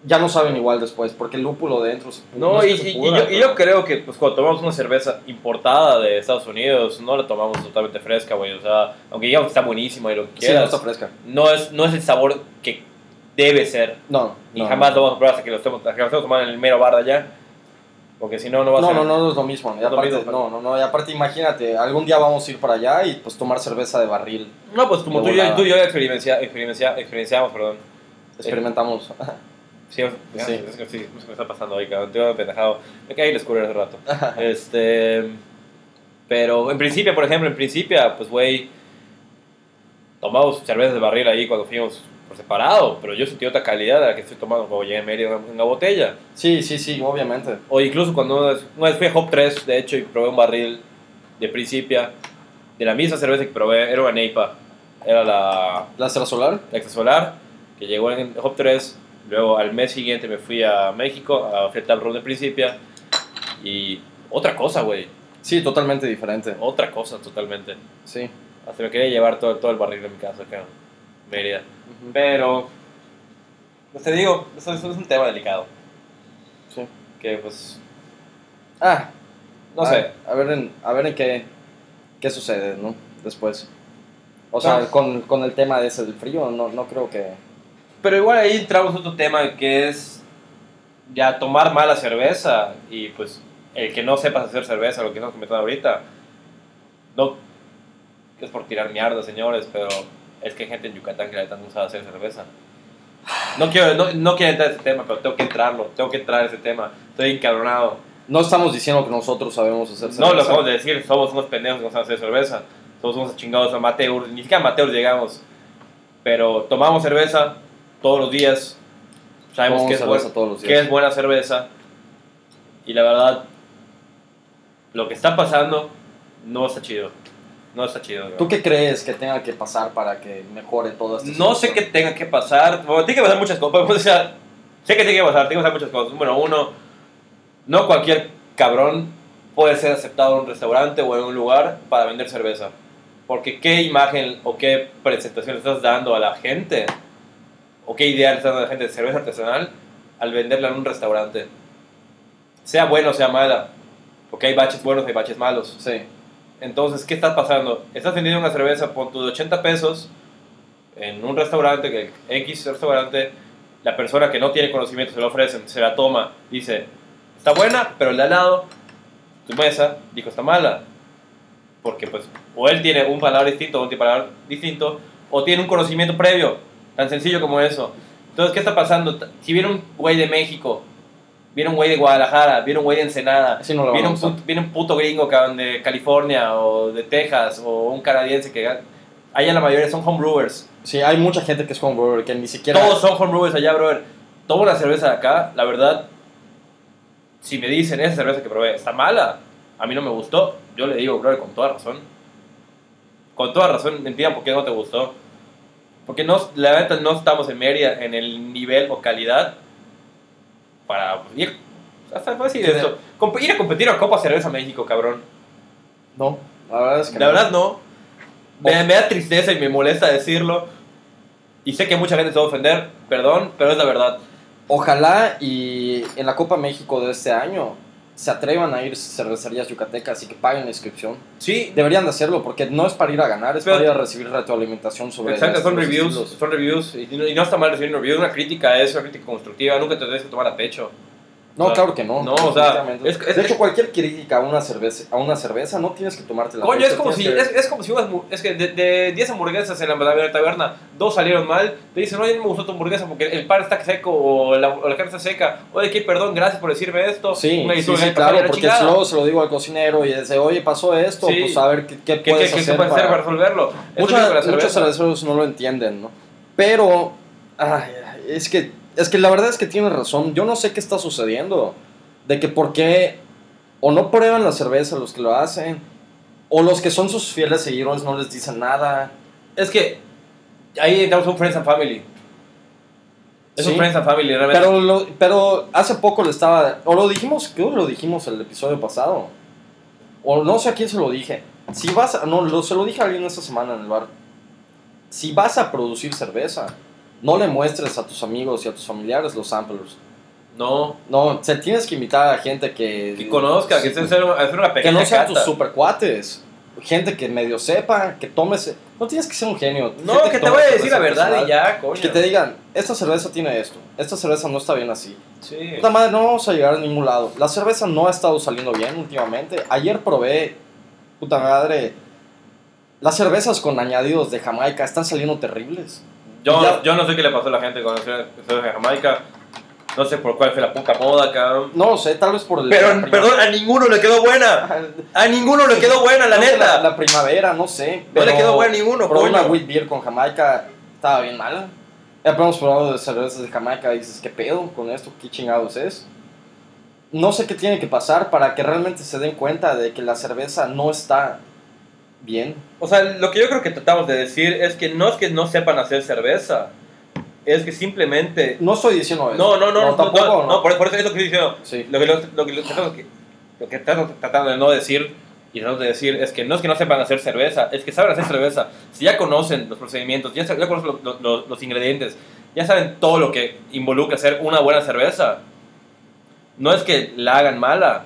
[SPEAKER 1] ya no saben igual después, porque el lúpulo de dentro se pu-
[SPEAKER 3] No,
[SPEAKER 1] es
[SPEAKER 3] y,
[SPEAKER 1] que se
[SPEAKER 3] y- y
[SPEAKER 1] pudra,
[SPEAKER 3] yo, y yo creo que pues, cuando tomamos una cerveza importada de Estados Unidos, no la tomamos totalmente fresca, güey. O sea, aunque digamos que está buenísima y lo que
[SPEAKER 1] pero- Sí, no
[SPEAKER 3] quieras,
[SPEAKER 1] está fresca.
[SPEAKER 3] no, es, no es el sabor que debe ser.
[SPEAKER 1] No,
[SPEAKER 3] Y
[SPEAKER 1] no,
[SPEAKER 3] jamás
[SPEAKER 1] no.
[SPEAKER 3] lo vamos a probar hasta que lo estemos, hasta que lo estemos tomando en el mero bar de allá. Porque si no, no va a
[SPEAKER 1] No,
[SPEAKER 3] ser.
[SPEAKER 1] no, no, no es lo mismo. Y
[SPEAKER 3] No es lo
[SPEAKER 1] aparte,
[SPEAKER 3] mismo, pero-
[SPEAKER 1] no, no, no. Y aparte, imagínate, algún día vamos a ir para allá y pues tomar cerveza de barril.
[SPEAKER 3] No, pues como
[SPEAKER 1] De
[SPEAKER 3] tú y, yo,
[SPEAKER 1] volada.
[SPEAKER 3] tú y yo experiencia- experiencia- experienciamos, perdón.
[SPEAKER 1] Experimentamos. <laughs>
[SPEAKER 3] Sí,
[SPEAKER 1] Sí.
[SPEAKER 3] sí. Es que sí, es que me está pasando hoy, cabrón. Tengo pendejado. Me caí y les curé hace rato. este. Pero en principio, por ejemplo, en principio, pues, güey. Tomamos cervezas de barril ahí cuando fuimos por separado. Pero yo sentí otra calidad de la que estoy tomando cuando llegué en medio de una botella.
[SPEAKER 1] Sí, sí, sí, obviamente.
[SPEAKER 3] O incluso cuando una vez, una vez fui a Hop 3, de hecho, y probé un barril de principia. De la misma cerveza que probé, era una Neipa. Era la
[SPEAKER 1] ¿La extrasolar?
[SPEAKER 3] la extrasolar, que llegó en Hop 3. Luego al mes siguiente me fui a México, a Fred Tap Room de Principia. Y otra cosa, güey.
[SPEAKER 1] Sí, totalmente diferente.
[SPEAKER 3] Otra cosa totalmente.
[SPEAKER 1] Sí.
[SPEAKER 3] Hasta me quería llevar todo, todo el barril de mi casa acá en Mérida.
[SPEAKER 1] Ujú.
[SPEAKER 3] Pero, pues te digo, eso, eso es un tema delicado.
[SPEAKER 1] Sí.
[SPEAKER 3] Que pues,
[SPEAKER 1] Ah,
[SPEAKER 3] no
[SPEAKER 1] a-
[SPEAKER 3] sé.
[SPEAKER 1] A ver en, a ver en qué, qué sucede, ¿no? Después. O sea,
[SPEAKER 3] No.
[SPEAKER 1] con, con el tema de ese del frío, no, no creo que...
[SPEAKER 3] Pero igual ahí entramos a otro tema que es ya tomar mala cerveza y pues el que no sepas hacer cerveza, lo que estamos comentando ahorita, no es por tirar mierda, señores, pero es que hay gente en Yucatán que la neta no sabe hacer cerveza. No quiero, no, no quiero entrar a ese tema, pero tengo que entrarlo, tengo que entrar a ese tema. Estoy encabronado.
[SPEAKER 1] No estamos diciendo que nosotros sabemos hacer
[SPEAKER 3] No lo
[SPEAKER 1] cerveza.
[SPEAKER 3] acabamos de decir, somos unos pendejos que no saben hacer cerveza. Somos unos chingados amateurs, ni siquiera amateurs llegamos. Pero tomamos cerveza todos los días. Sabemos
[SPEAKER 1] Tomamos
[SPEAKER 3] que es,
[SPEAKER 1] cerveza
[SPEAKER 3] buen-
[SPEAKER 1] todos los
[SPEAKER 3] que
[SPEAKER 1] días.
[SPEAKER 3] es buena cerveza. Y la verdad, lo que está pasando no está chido. No está chido.
[SPEAKER 1] ¿Tú
[SPEAKER 3] bro.
[SPEAKER 1] qué crees que tenga que pasar para que mejore todo esto?
[SPEAKER 3] No sé qué tenga que pasar. Bueno, tiene que pasar muchas cosas. Pues, O sea, sé que tiene que pasar, tiene que pasar muchas cosas. Bueno, uno, no cualquier cabrón puede ser aceptado en un restaurante o en un lugar para vender cerveza. Porque qué imagen o qué presentación le estás dando a la gente o qué idea le estás dando a la gente de cerveza artesanal al venderla en un restaurante. Sea bueno o sea mala. Porque hay baches buenos, hay baches malos.
[SPEAKER 1] Sí,
[SPEAKER 3] Entonces, ¿qué está pasando? Estás vendiendo una cerveza por tus 80 pesos en un restaurante, que X restaurante, la persona que no tiene conocimiento se la ofrecen, se la toma, dice, está buena, pero el de al lado, tu mesa, dijo, está mala. Porque pues, o él tiene un paladar distinto, o un paladar distinto, o tiene un conocimiento previo, tan sencillo como eso. Entonces, ¿qué está pasando? Si viene un güey de México, viene un güey de Guadalajara, viene un güey de Ensenada,
[SPEAKER 1] así no lo
[SPEAKER 3] Viene un,
[SPEAKER 1] vamos a
[SPEAKER 3] put- viene un puto gringo cabrón, de California o de Texas o un canadiense que gan- allá la mayoría son homebrewers.
[SPEAKER 1] Sí, hay mucha gente que es homebrewer que ni siquiera...
[SPEAKER 3] Todos son homebrewers allá, brother. Tomo la cerveza de acá, la verdad, si me dicen esa cerveza que probé está mala, a mí no me gustó, yo le digo, brother, con toda razón. Con toda razón, entiendan por qué no te gustó. Porque no, la neta no estamos en media en el nivel o calidad para ir, hasta fácil
[SPEAKER 1] Sí,
[SPEAKER 3] esto, comp- ir a competir a Copa Cerveza México, cabrón.
[SPEAKER 1] No, La verdad es que
[SPEAKER 3] La
[SPEAKER 1] no.
[SPEAKER 3] verdad no. Me, me da tristeza y me molesta decirlo. Y sé que mucha gente se va a ofender, perdón, pero es la verdad.
[SPEAKER 1] Ojalá y en la Copa México de este año se atrevan a ir cervecerías yucatecas y que paguen la inscripción.
[SPEAKER 3] Sí,
[SPEAKER 1] Deberían de hacerlo porque no es para ir a ganar, es
[SPEAKER 3] Pero-
[SPEAKER 1] para ir a recibir retroalimentación sobre
[SPEAKER 3] exacto, son
[SPEAKER 1] nuestros
[SPEAKER 3] reviews,
[SPEAKER 1] estilos.
[SPEAKER 3] son reviews. Y no, y no está mal recibir reviews, una crítica es una crítica constructiva, nunca te debes tomar a pecho.
[SPEAKER 1] No,
[SPEAKER 3] O sea,
[SPEAKER 1] claro que no.
[SPEAKER 3] no, o sea,
[SPEAKER 1] definitivamente.
[SPEAKER 3] es- es-
[SPEAKER 1] de hecho, cualquier crítica a una cerveza, a una cerveza no tienes que tomarte la
[SPEAKER 3] Coño,
[SPEAKER 1] pizza,
[SPEAKER 3] es como, si,
[SPEAKER 1] tienes
[SPEAKER 3] es,
[SPEAKER 1] que-
[SPEAKER 3] es como si unas mu- es que de- de 10 hamburguesas en la, la taberna, dos salieron mal, te dicen, oye, no me gustó tu hamburguesa porque el pan está seco o la, o la carne está seca, oye, qué perdón, gracias por decirme esto.
[SPEAKER 1] Sí,
[SPEAKER 3] Una
[SPEAKER 1] sí,
[SPEAKER 3] disculpa,
[SPEAKER 1] sí,
[SPEAKER 3] y pasarle
[SPEAKER 1] claro,
[SPEAKER 3] la
[SPEAKER 1] porque
[SPEAKER 3] chingada.
[SPEAKER 1] luego se lo digo al cocinero y dice, oye, pasó esto,
[SPEAKER 3] Sí.
[SPEAKER 1] pues a ver qué, qué
[SPEAKER 3] ¿Qué, qué,
[SPEAKER 1] puedes
[SPEAKER 3] qué
[SPEAKER 1] hacer
[SPEAKER 3] puedes
[SPEAKER 1] para-
[SPEAKER 3] hacer para resolverlo? Esto
[SPEAKER 1] Muchas-
[SPEAKER 3] es con la
[SPEAKER 1] muchos
[SPEAKER 3] cerveza.
[SPEAKER 1] cerveceros no lo entienden, ¿no? Pero, ay, es, que, es que la verdad es que tienes razón. Yo no sé qué está sucediendo. De que por qué o no prueban la cerveza los que lo hacen, o los que son sus fieles seguidores no les dicen nada.
[SPEAKER 3] Es que ahí entramos un Friends and Family. Es
[SPEAKER 1] Sí.
[SPEAKER 3] un Friends and Family, realmente.
[SPEAKER 1] Pero, lo- pero hace poco le estaba. O lo dijimos, creo que lo dijimos el episodio pasado. O no sé a quién se lo dije. Si vas a- No, lo- se lo dije a alguien esta semana en el bar. Si vas a producir cerveza, no le muestres a tus amigos y a tus familiares los samplers.
[SPEAKER 3] no,
[SPEAKER 1] No, se tienes que invitar a gente que.
[SPEAKER 3] que conozca, que sea hacer una
[SPEAKER 1] que
[SPEAKER 3] pequeña
[SPEAKER 1] no sean
[SPEAKER 3] cata.
[SPEAKER 1] tus super cuates. Gente que medio sepa, que tomes. No tienes que ser un genio.
[SPEAKER 3] No,
[SPEAKER 1] gente
[SPEAKER 3] que te
[SPEAKER 1] tome
[SPEAKER 3] voy a
[SPEAKER 1] cerveza
[SPEAKER 3] decir la verdad
[SPEAKER 1] personal.
[SPEAKER 3] y ya, coño.
[SPEAKER 1] Que te digan, esta cerveza tiene esto, esta cerveza no está bien así.
[SPEAKER 3] Sí.
[SPEAKER 1] Puta madre, no vamos a llegar a ningún lado. La cerveza no ha estado saliendo bien últimamente. Ayer probé, puta madre, las cervezas con añadidos de Jamaica están saliendo terribles. Ya.
[SPEAKER 3] Yo, yo no sé qué le pasó a la gente con las cervezas de Jamaica. No sé por cuál fue la puta moda, cabrón.
[SPEAKER 1] No lo sé, tal vez por el... la
[SPEAKER 3] Pero,
[SPEAKER 1] prima-
[SPEAKER 3] perdón, a ninguno le quedó buena. A ninguno le quedó buena, la
[SPEAKER 1] Creo que
[SPEAKER 3] neta.
[SPEAKER 1] La, la primavera, no sé.
[SPEAKER 3] no le
[SPEAKER 1] pero
[SPEAKER 3] quedó buena a ninguno,
[SPEAKER 1] Probé una
[SPEAKER 3] coño.
[SPEAKER 1] wheat beer con Jamaica, estaba bien mala. Ya hemos probado de cervezas de Jamaica y dices, ¿qué pedo con esto? ¿Qué chingados es? No sé qué tiene que pasar para que realmente se den cuenta de que la cerveza no está bien.
[SPEAKER 3] O sea, lo que yo creo que tratamos de decir es que no es que no sepan hacer cerveza. Es que simplemente...
[SPEAKER 1] No estoy diciendo eso.
[SPEAKER 3] No, no, no, no,
[SPEAKER 1] tampoco.
[SPEAKER 3] no,
[SPEAKER 1] no.
[SPEAKER 3] no, por, por eso es lo que estoy diciendo.
[SPEAKER 1] Sí.
[SPEAKER 3] Lo que, lo, lo que, lo que- lo que- lo que trato- tratando de no decir y tratando de decir es que no es que no sepan hacer cerveza, es que saben hacer cerveza. Si ya conocen los procedimientos, ya, sa- ya conocen lo- lo- lo- los ingredientes, ya saben todo lo que involucra hacer una buena cerveza. No es que la hagan mala,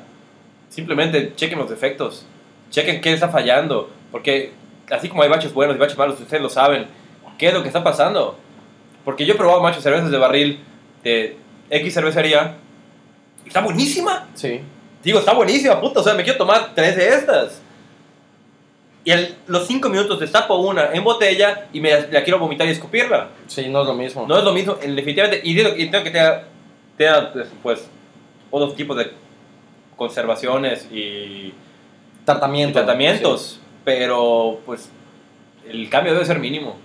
[SPEAKER 3] simplemente chequen los defectos, chequen qué está fallando, porque así como hay baches buenos y baches malos, ustedes lo saben, qué es lo que está pasando. Porque yo he probado machos cervezas de barril de X cervecería, y está buenísima.
[SPEAKER 1] Sí.
[SPEAKER 3] Digo, está buenísima, puta. O sea, me quiero tomar tres de estas. Y a los cinco minutos destapo una en botella y me la, la quiero vomitar y escupirla.
[SPEAKER 1] Sí, no es lo mismo.
[SPEAKER 3] No es lo mismo, en- definitivamente. Y digo- y tengo que tener, tener, pues, pues, otros tipos de conservaciones y, y
[SPEAKER 1] Tratamiento.
[SPEAKER 3] tratamientos. Pero, pues, el cambio debe ser mínimo.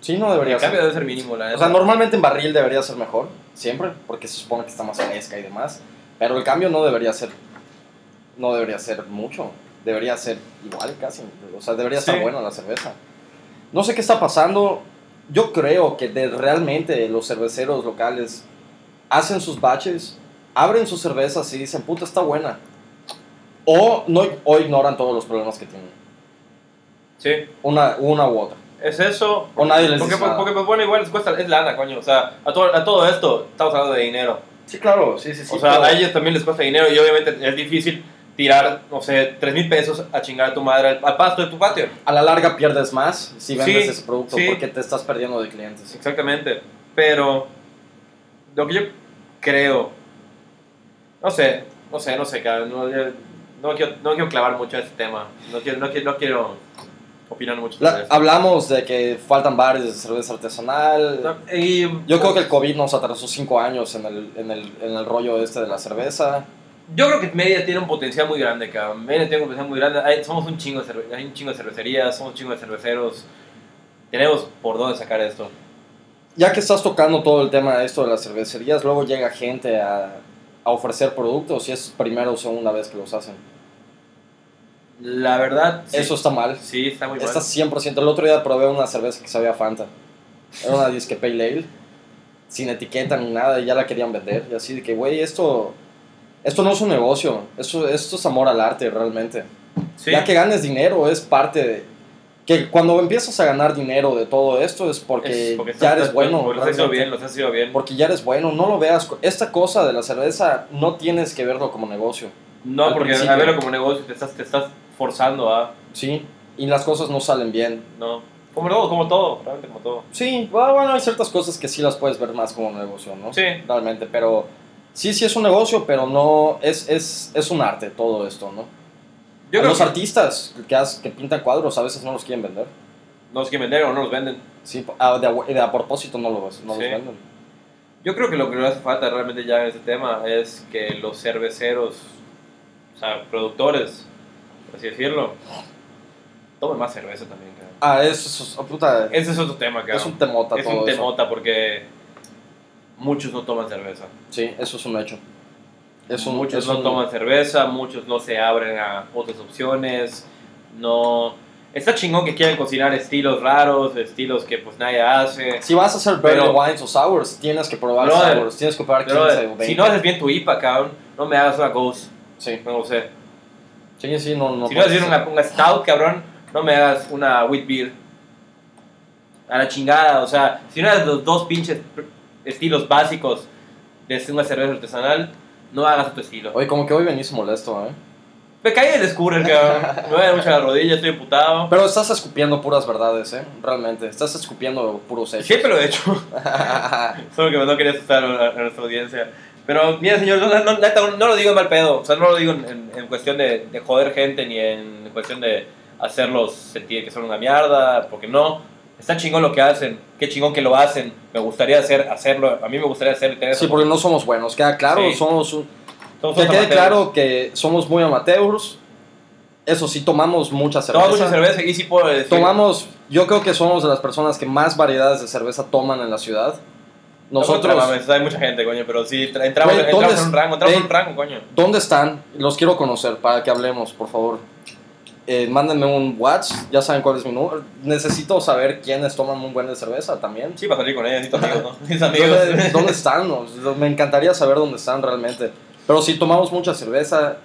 [SPEAKER 1] Sí, Sí, no
[SPEAKER 3] El
[SPEAKER 1] debería
[SPEAKER 3] cambio
[SPEAKER 1] ser.
[SPEAKER 3] debe ser mínimo, la
[SPEAKER 1] O sea,
[SPEAKER 3] neta.
[SPEAKER 1] normalmente en barril debería ser mejor, siempre, porque se supone que está más fresca y demás. Pero el cambio no debería ser. No debería ser mucho. Debería ser igual casi. O sea, debería
[SPEAKER 3] Sí.
[SPEAKER 1] estar buena la cerveza. No sé qué está pasando. Yo creo que de- realmente los cerveceros locales hacen sus baches, abren sus cervezas y dicen, puta, está buena. O, no, o ignoran todos los problemas que tienen.
[SPEAKER 3] Sí,
[SPEAKER 1] Una, una u otra.
[SPEAKER 3] es eso.
[SPEAKER 1] O nadie les
[SPEAKER 3] Porque,
[SPEAKER 1] dice nada.
[SPEAKER 3] porque, pues, bueno, igual les cuesta, es lana, coño. O sea, a todo, a todo esto estamos hablando de dinero.
[SPEAKER 1] Sí, claro, sí, sí,
[SPEAKER 3] O sea, a ellos también les cuesta dinero y obviamente es difícil tirar, no sé, 3 mil pesos a chingar a tu madre al, al pasto de tu patio.
[SPEAKER 1] a la larga pierdes más si vendes
[SPEAKER 3] Sí,
[SPEAKER 1] ese producto
[SPEAKER 3] sí.
[SPEAKER 1] porque te estás perdiendo de clientes.
[SPEAKER 3] Exactamente. Pero lo que yo creo, no sé, no sé, no sé, cabrón, no, yo- no quiero, no quiero clavar mucho en este tema. No quiero, no quiero, no quiero opinar mucho
[SPEAKER 1] La-
[SPEAKER 3] sobre esto.
[SPEAKER 1] hablamos de que faltan bares de cerveza artesanal.
[SPEAKER 3] Y-
[SPEAKER 1] Yo creo que el COVID nos atrasó cinco años en el, en el, en el rollo este de la cerveza.
[SPEAKER 3] Yo creo que Media tiene un potencial muy grande, cabrón. Media tiene un potencial muy grande. Hay- somos un chingo de cerve- hay un chingo de cervecerías, somos un chingo de cerveceros. Tenemos por dónde sacar esto.
[SPEAKER 1] Ya que estás tocando todo el tema de esto de las cervecerías, luego llega gente a, a ofrecer productos y es primera o segunda vez que los hacen.
[SPEAKER 3] La verdad, sí.
[SPEAKER 1] Eso está mal.
[SPEAKER 3] sí está muy mal.
[SPEAKER 1] Está 100%. El otro día probé una cerveza que sabía a Fanta. Era una disque Pale Ale. Sin etiqueta ni nada. Y ya la querían vender. Y así de que, güey, esto... Esto no es un negocio. Esto, esto es amor al arte, realmente.
[SPEAKER 3] Sí.
[SPEAKER 1] Ya que ganes dinero es parte de... Que cuando empiezas a ganar dinero de todo esto es porque,
[SPEAKER 3] Es porque
[SPEAKER 1] ya
[SPEAKER 3] estás-
[SPEAKER 1] eres bueno.
[SPEAKER 3] Porque los has hecho
[SPEAKER 1] realmente.
[SPEAKER 3] bien, los has hecho bien.
[SPEAKER 1] Porque ya eres bueno, no lo veas. co- Esta cosa de la cerveza no tienes que verlo como negocio,
[SPEAKER 3] No,
[SPEAKER 1] al
[SPEAKER 3] porque
[SPEAKER 1] principio.
[SPEAKER 3] a verlo como negocio te estás, te estás forzando a.
[SPEAKER 1] ¿sí? Y las cosas no salen bien.
[SPEAKER 3] No. Como todo, como todo, realmente como todo.
[SPEAKER 1] Sí, bueno, bueno, hay ciertas cosas que sí las puedes ver más como negocio, ¿no?
[SPEAKER 3] Sí.
[SPEAKER 1] Realmente, pero sí, sí es un negocio, pero no es, es, es un arte todo esto, ¿no? A
[SPEAKER 3] Yo creo
[SPEAKER 1] los
[SPEAKER 3] que
[SPEAKER 1] artistas que, haz- que pintan cuadros a veces no los quieren vender.
[SPEAKER 3] no los quieren vender o no los venden.
[SPEAKER 1] Sí, po- a, de, a- de a propósito no, los, no los
[SPEAKER 3] Sí.
[SPEAKER 1] venden.
[SPEAKER 3] Yo creo que lo que le hace falta realmente ya en este tema es que los cerveceros, o sea, productores, por así decirlo, tomen más cerveza también, cabrón.
[SPEAKER 1] Ah, eso es, oh, puta,
[SPEAKER 3] Ese es otro tema, cabrón.
[SPEAKER 1] es un temota
[SPEAKER 3] Es
[SPEAKER 1] todo
[SPEAKER 3] un
[SPEAKER 1] eso.
[SPEAKER 3] temota porque muchos no toman cerveza.
[SPEAKER 1] Sí, eso es un hecho. Es un,
[SPEAKER 3] muchos
[SPEAKER 1] es
[SPEAKER 3] no
[SPEAKER 1] un-
[SPEAKER 3] toman cerveza, muchos no se abren a otras opciones, no... Está chingón que quieran cocinar estilos raros, estilos que pues nadie hace.
[SPEAKER 1] Si vas a hacer beer
[SPEAKER 3] Pero-
[SPEAKER 1] wines o sours, tienes que probar
[SPEAKER 3] Brother,
[SPEAKER 1] sours, tienes que probar 15
[SPEAKER 3] Pero, eh,
[SPEAKER 1] o 20.
[SPEAKER 3] si no haces bien tu IPA, cabrón, no me hagas una Ghost,
[SPEAKER 1] sí.
[SPEAKER 3] no lo sé.
[SPEAKER 1] sí, sí, no, no.
[SPEAKER 3] si no
[SPEAKER 1] puedes
[SPEAKER 3] haces bien
[SPEAKER 1] hacer-
[SPEAKER 3] una, una Stout, cabrón, no me hagas una Wheat Beer. A la chingada, o sea, si no haces los dos pinches pr- estilos básicos de una cerveza artesanal, no hagas tu estilo.
[SPEAKER 1] Oye, como que hoy venís molesto, ¿eh?
[SPEAKER 3] Me caí en el scooter, cabrón. Me voy a dar mucho la rodilla, estoy emputado.
[SPEAKER 1] Pero estás escupiendo puras verdades, ¿eh? Realmente, estás escupiendo puros hechos. <laughs>
[SPEAKER 3] Siempre lo he hecho. Solo que no quería asustar a, a nuestra audiencia. Pero mira, señor, no, no- neta, no lo digo en mal pedo. O sea, no lo digo en, en- en cuestión de, de joder gente ni en cuestión de hacerlos sentir que son una mierda, porque no. Está chingón lo que hacen. Qué chingón que lo hacen. Me gustaría hacer, hacerlo. A mí me gustaría hacer y tener
[SPEAKER 1] sí,
[SPEAKER 3] eso.
[SPEAKER 1] porque no somos buenos, queda claro,
[SPEAKER 3] Sí.
[SPEAKER 1] somos un-
[SPEAKER 3] Todos
[SPEAKER 1] Que
[SPEAKER 3] somos
[SPEAKER 1] quede
[SPEAKER 3] amateurs.
[SPEAKER 1] claro que somos muy amateurs. Eso sí, tomamos mucha cerveza.
[SPEAKER 3] Tomamos mucha cerveza y sí puedo decir.
[SPEAKER 1] Tomamos, yo creo que somos de las personas que más variedades de cerveza toman en la ciudad. Nosotros,
[SPEAKER 3] No mames, hay mucha gente, coño, pero sí, tra- entramos,
[SPEAKER 1] Güey,
[SPEAKER 3] entramos
[SPEAKER 1] ¿dónde
[SPEAKER 3] en un rango, entramos en
[SPEAKER 1] es-
[SPEAKER 3] un rango, coño.
[SPEAKER 1] ¿dónde están? Los quiero conocer para que hablemos, por favor. Eh, mándenme un WhatsApp, ya saben cuál es mi número. Necesito saber quiénes toman un buen de cerveza también.
[SPEAKER 3] Sí, para salir con
[SPEAKER 1] <laughs>
[SPEAKER 3] ella, necesito amigos, ¿no? Mis amigos.
[SPEAKER 1] ¿Dónde, dónde están? O sea, Me encantaría saber dónde están realmente. Pero si tomamos mucha cerveza,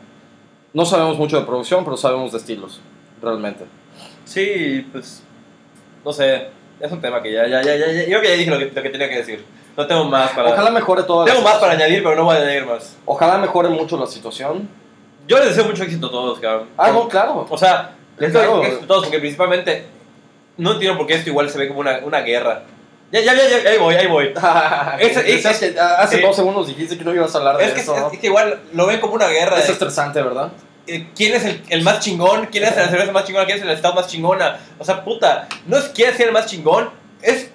[SPEAKER 1] no sabemos mucho de producción, pero sabemos de estilos, realmente.
[SPEAKER 3] Sí, pues. No sé. Es un tema que ya, ya, ya, ya. ya- yo creo que ya dije lo que, lo que tenía que decir. No tengo más para.
[SPEAKER 1] Ojalá mejore todo.
[SPEAKER 3] tengo más para añadir, pero no voy a añadir más.
[SPEAKER 1] Ojalá mejore mucho la situación.
[SPEAKER 3] Yo les deseo mucho éxito a todos, cabrón.
[SPEAKER 1] Ah, no, claro. <laughs>
[SPEAKER 3] O sea, les deseo
[SPEAKER 1] Claro.
[SPEAKER 3] éxito a todos porque principalmente. No entiendo por qué esto igual se ve como una, una guerra. Ya, ya, ya, ya, ahí voy, ahí voy. Es- es-
[SPEAKER 1] Decías que hace
[SPEAKER 3] eh,
[SPEAKER 1] dos segundos dijiste que no ibas a hablar de
[SPEAKER 3] Es que,
[SPEAKER 1] eso. ¿no?
[SPEAKER 3] es que igual lo ven como una guerra.
[SPEAKER 1] Es
[SPEAKER 3] de-
[SPEAKER 1] estresante, ¿verdad?
[SPEAKER 3] eh, quién es el, el más chingón, quién es la cerveza más chingona, quién es el estado más chingona. O sea, puta, no es quién es el más chingón, es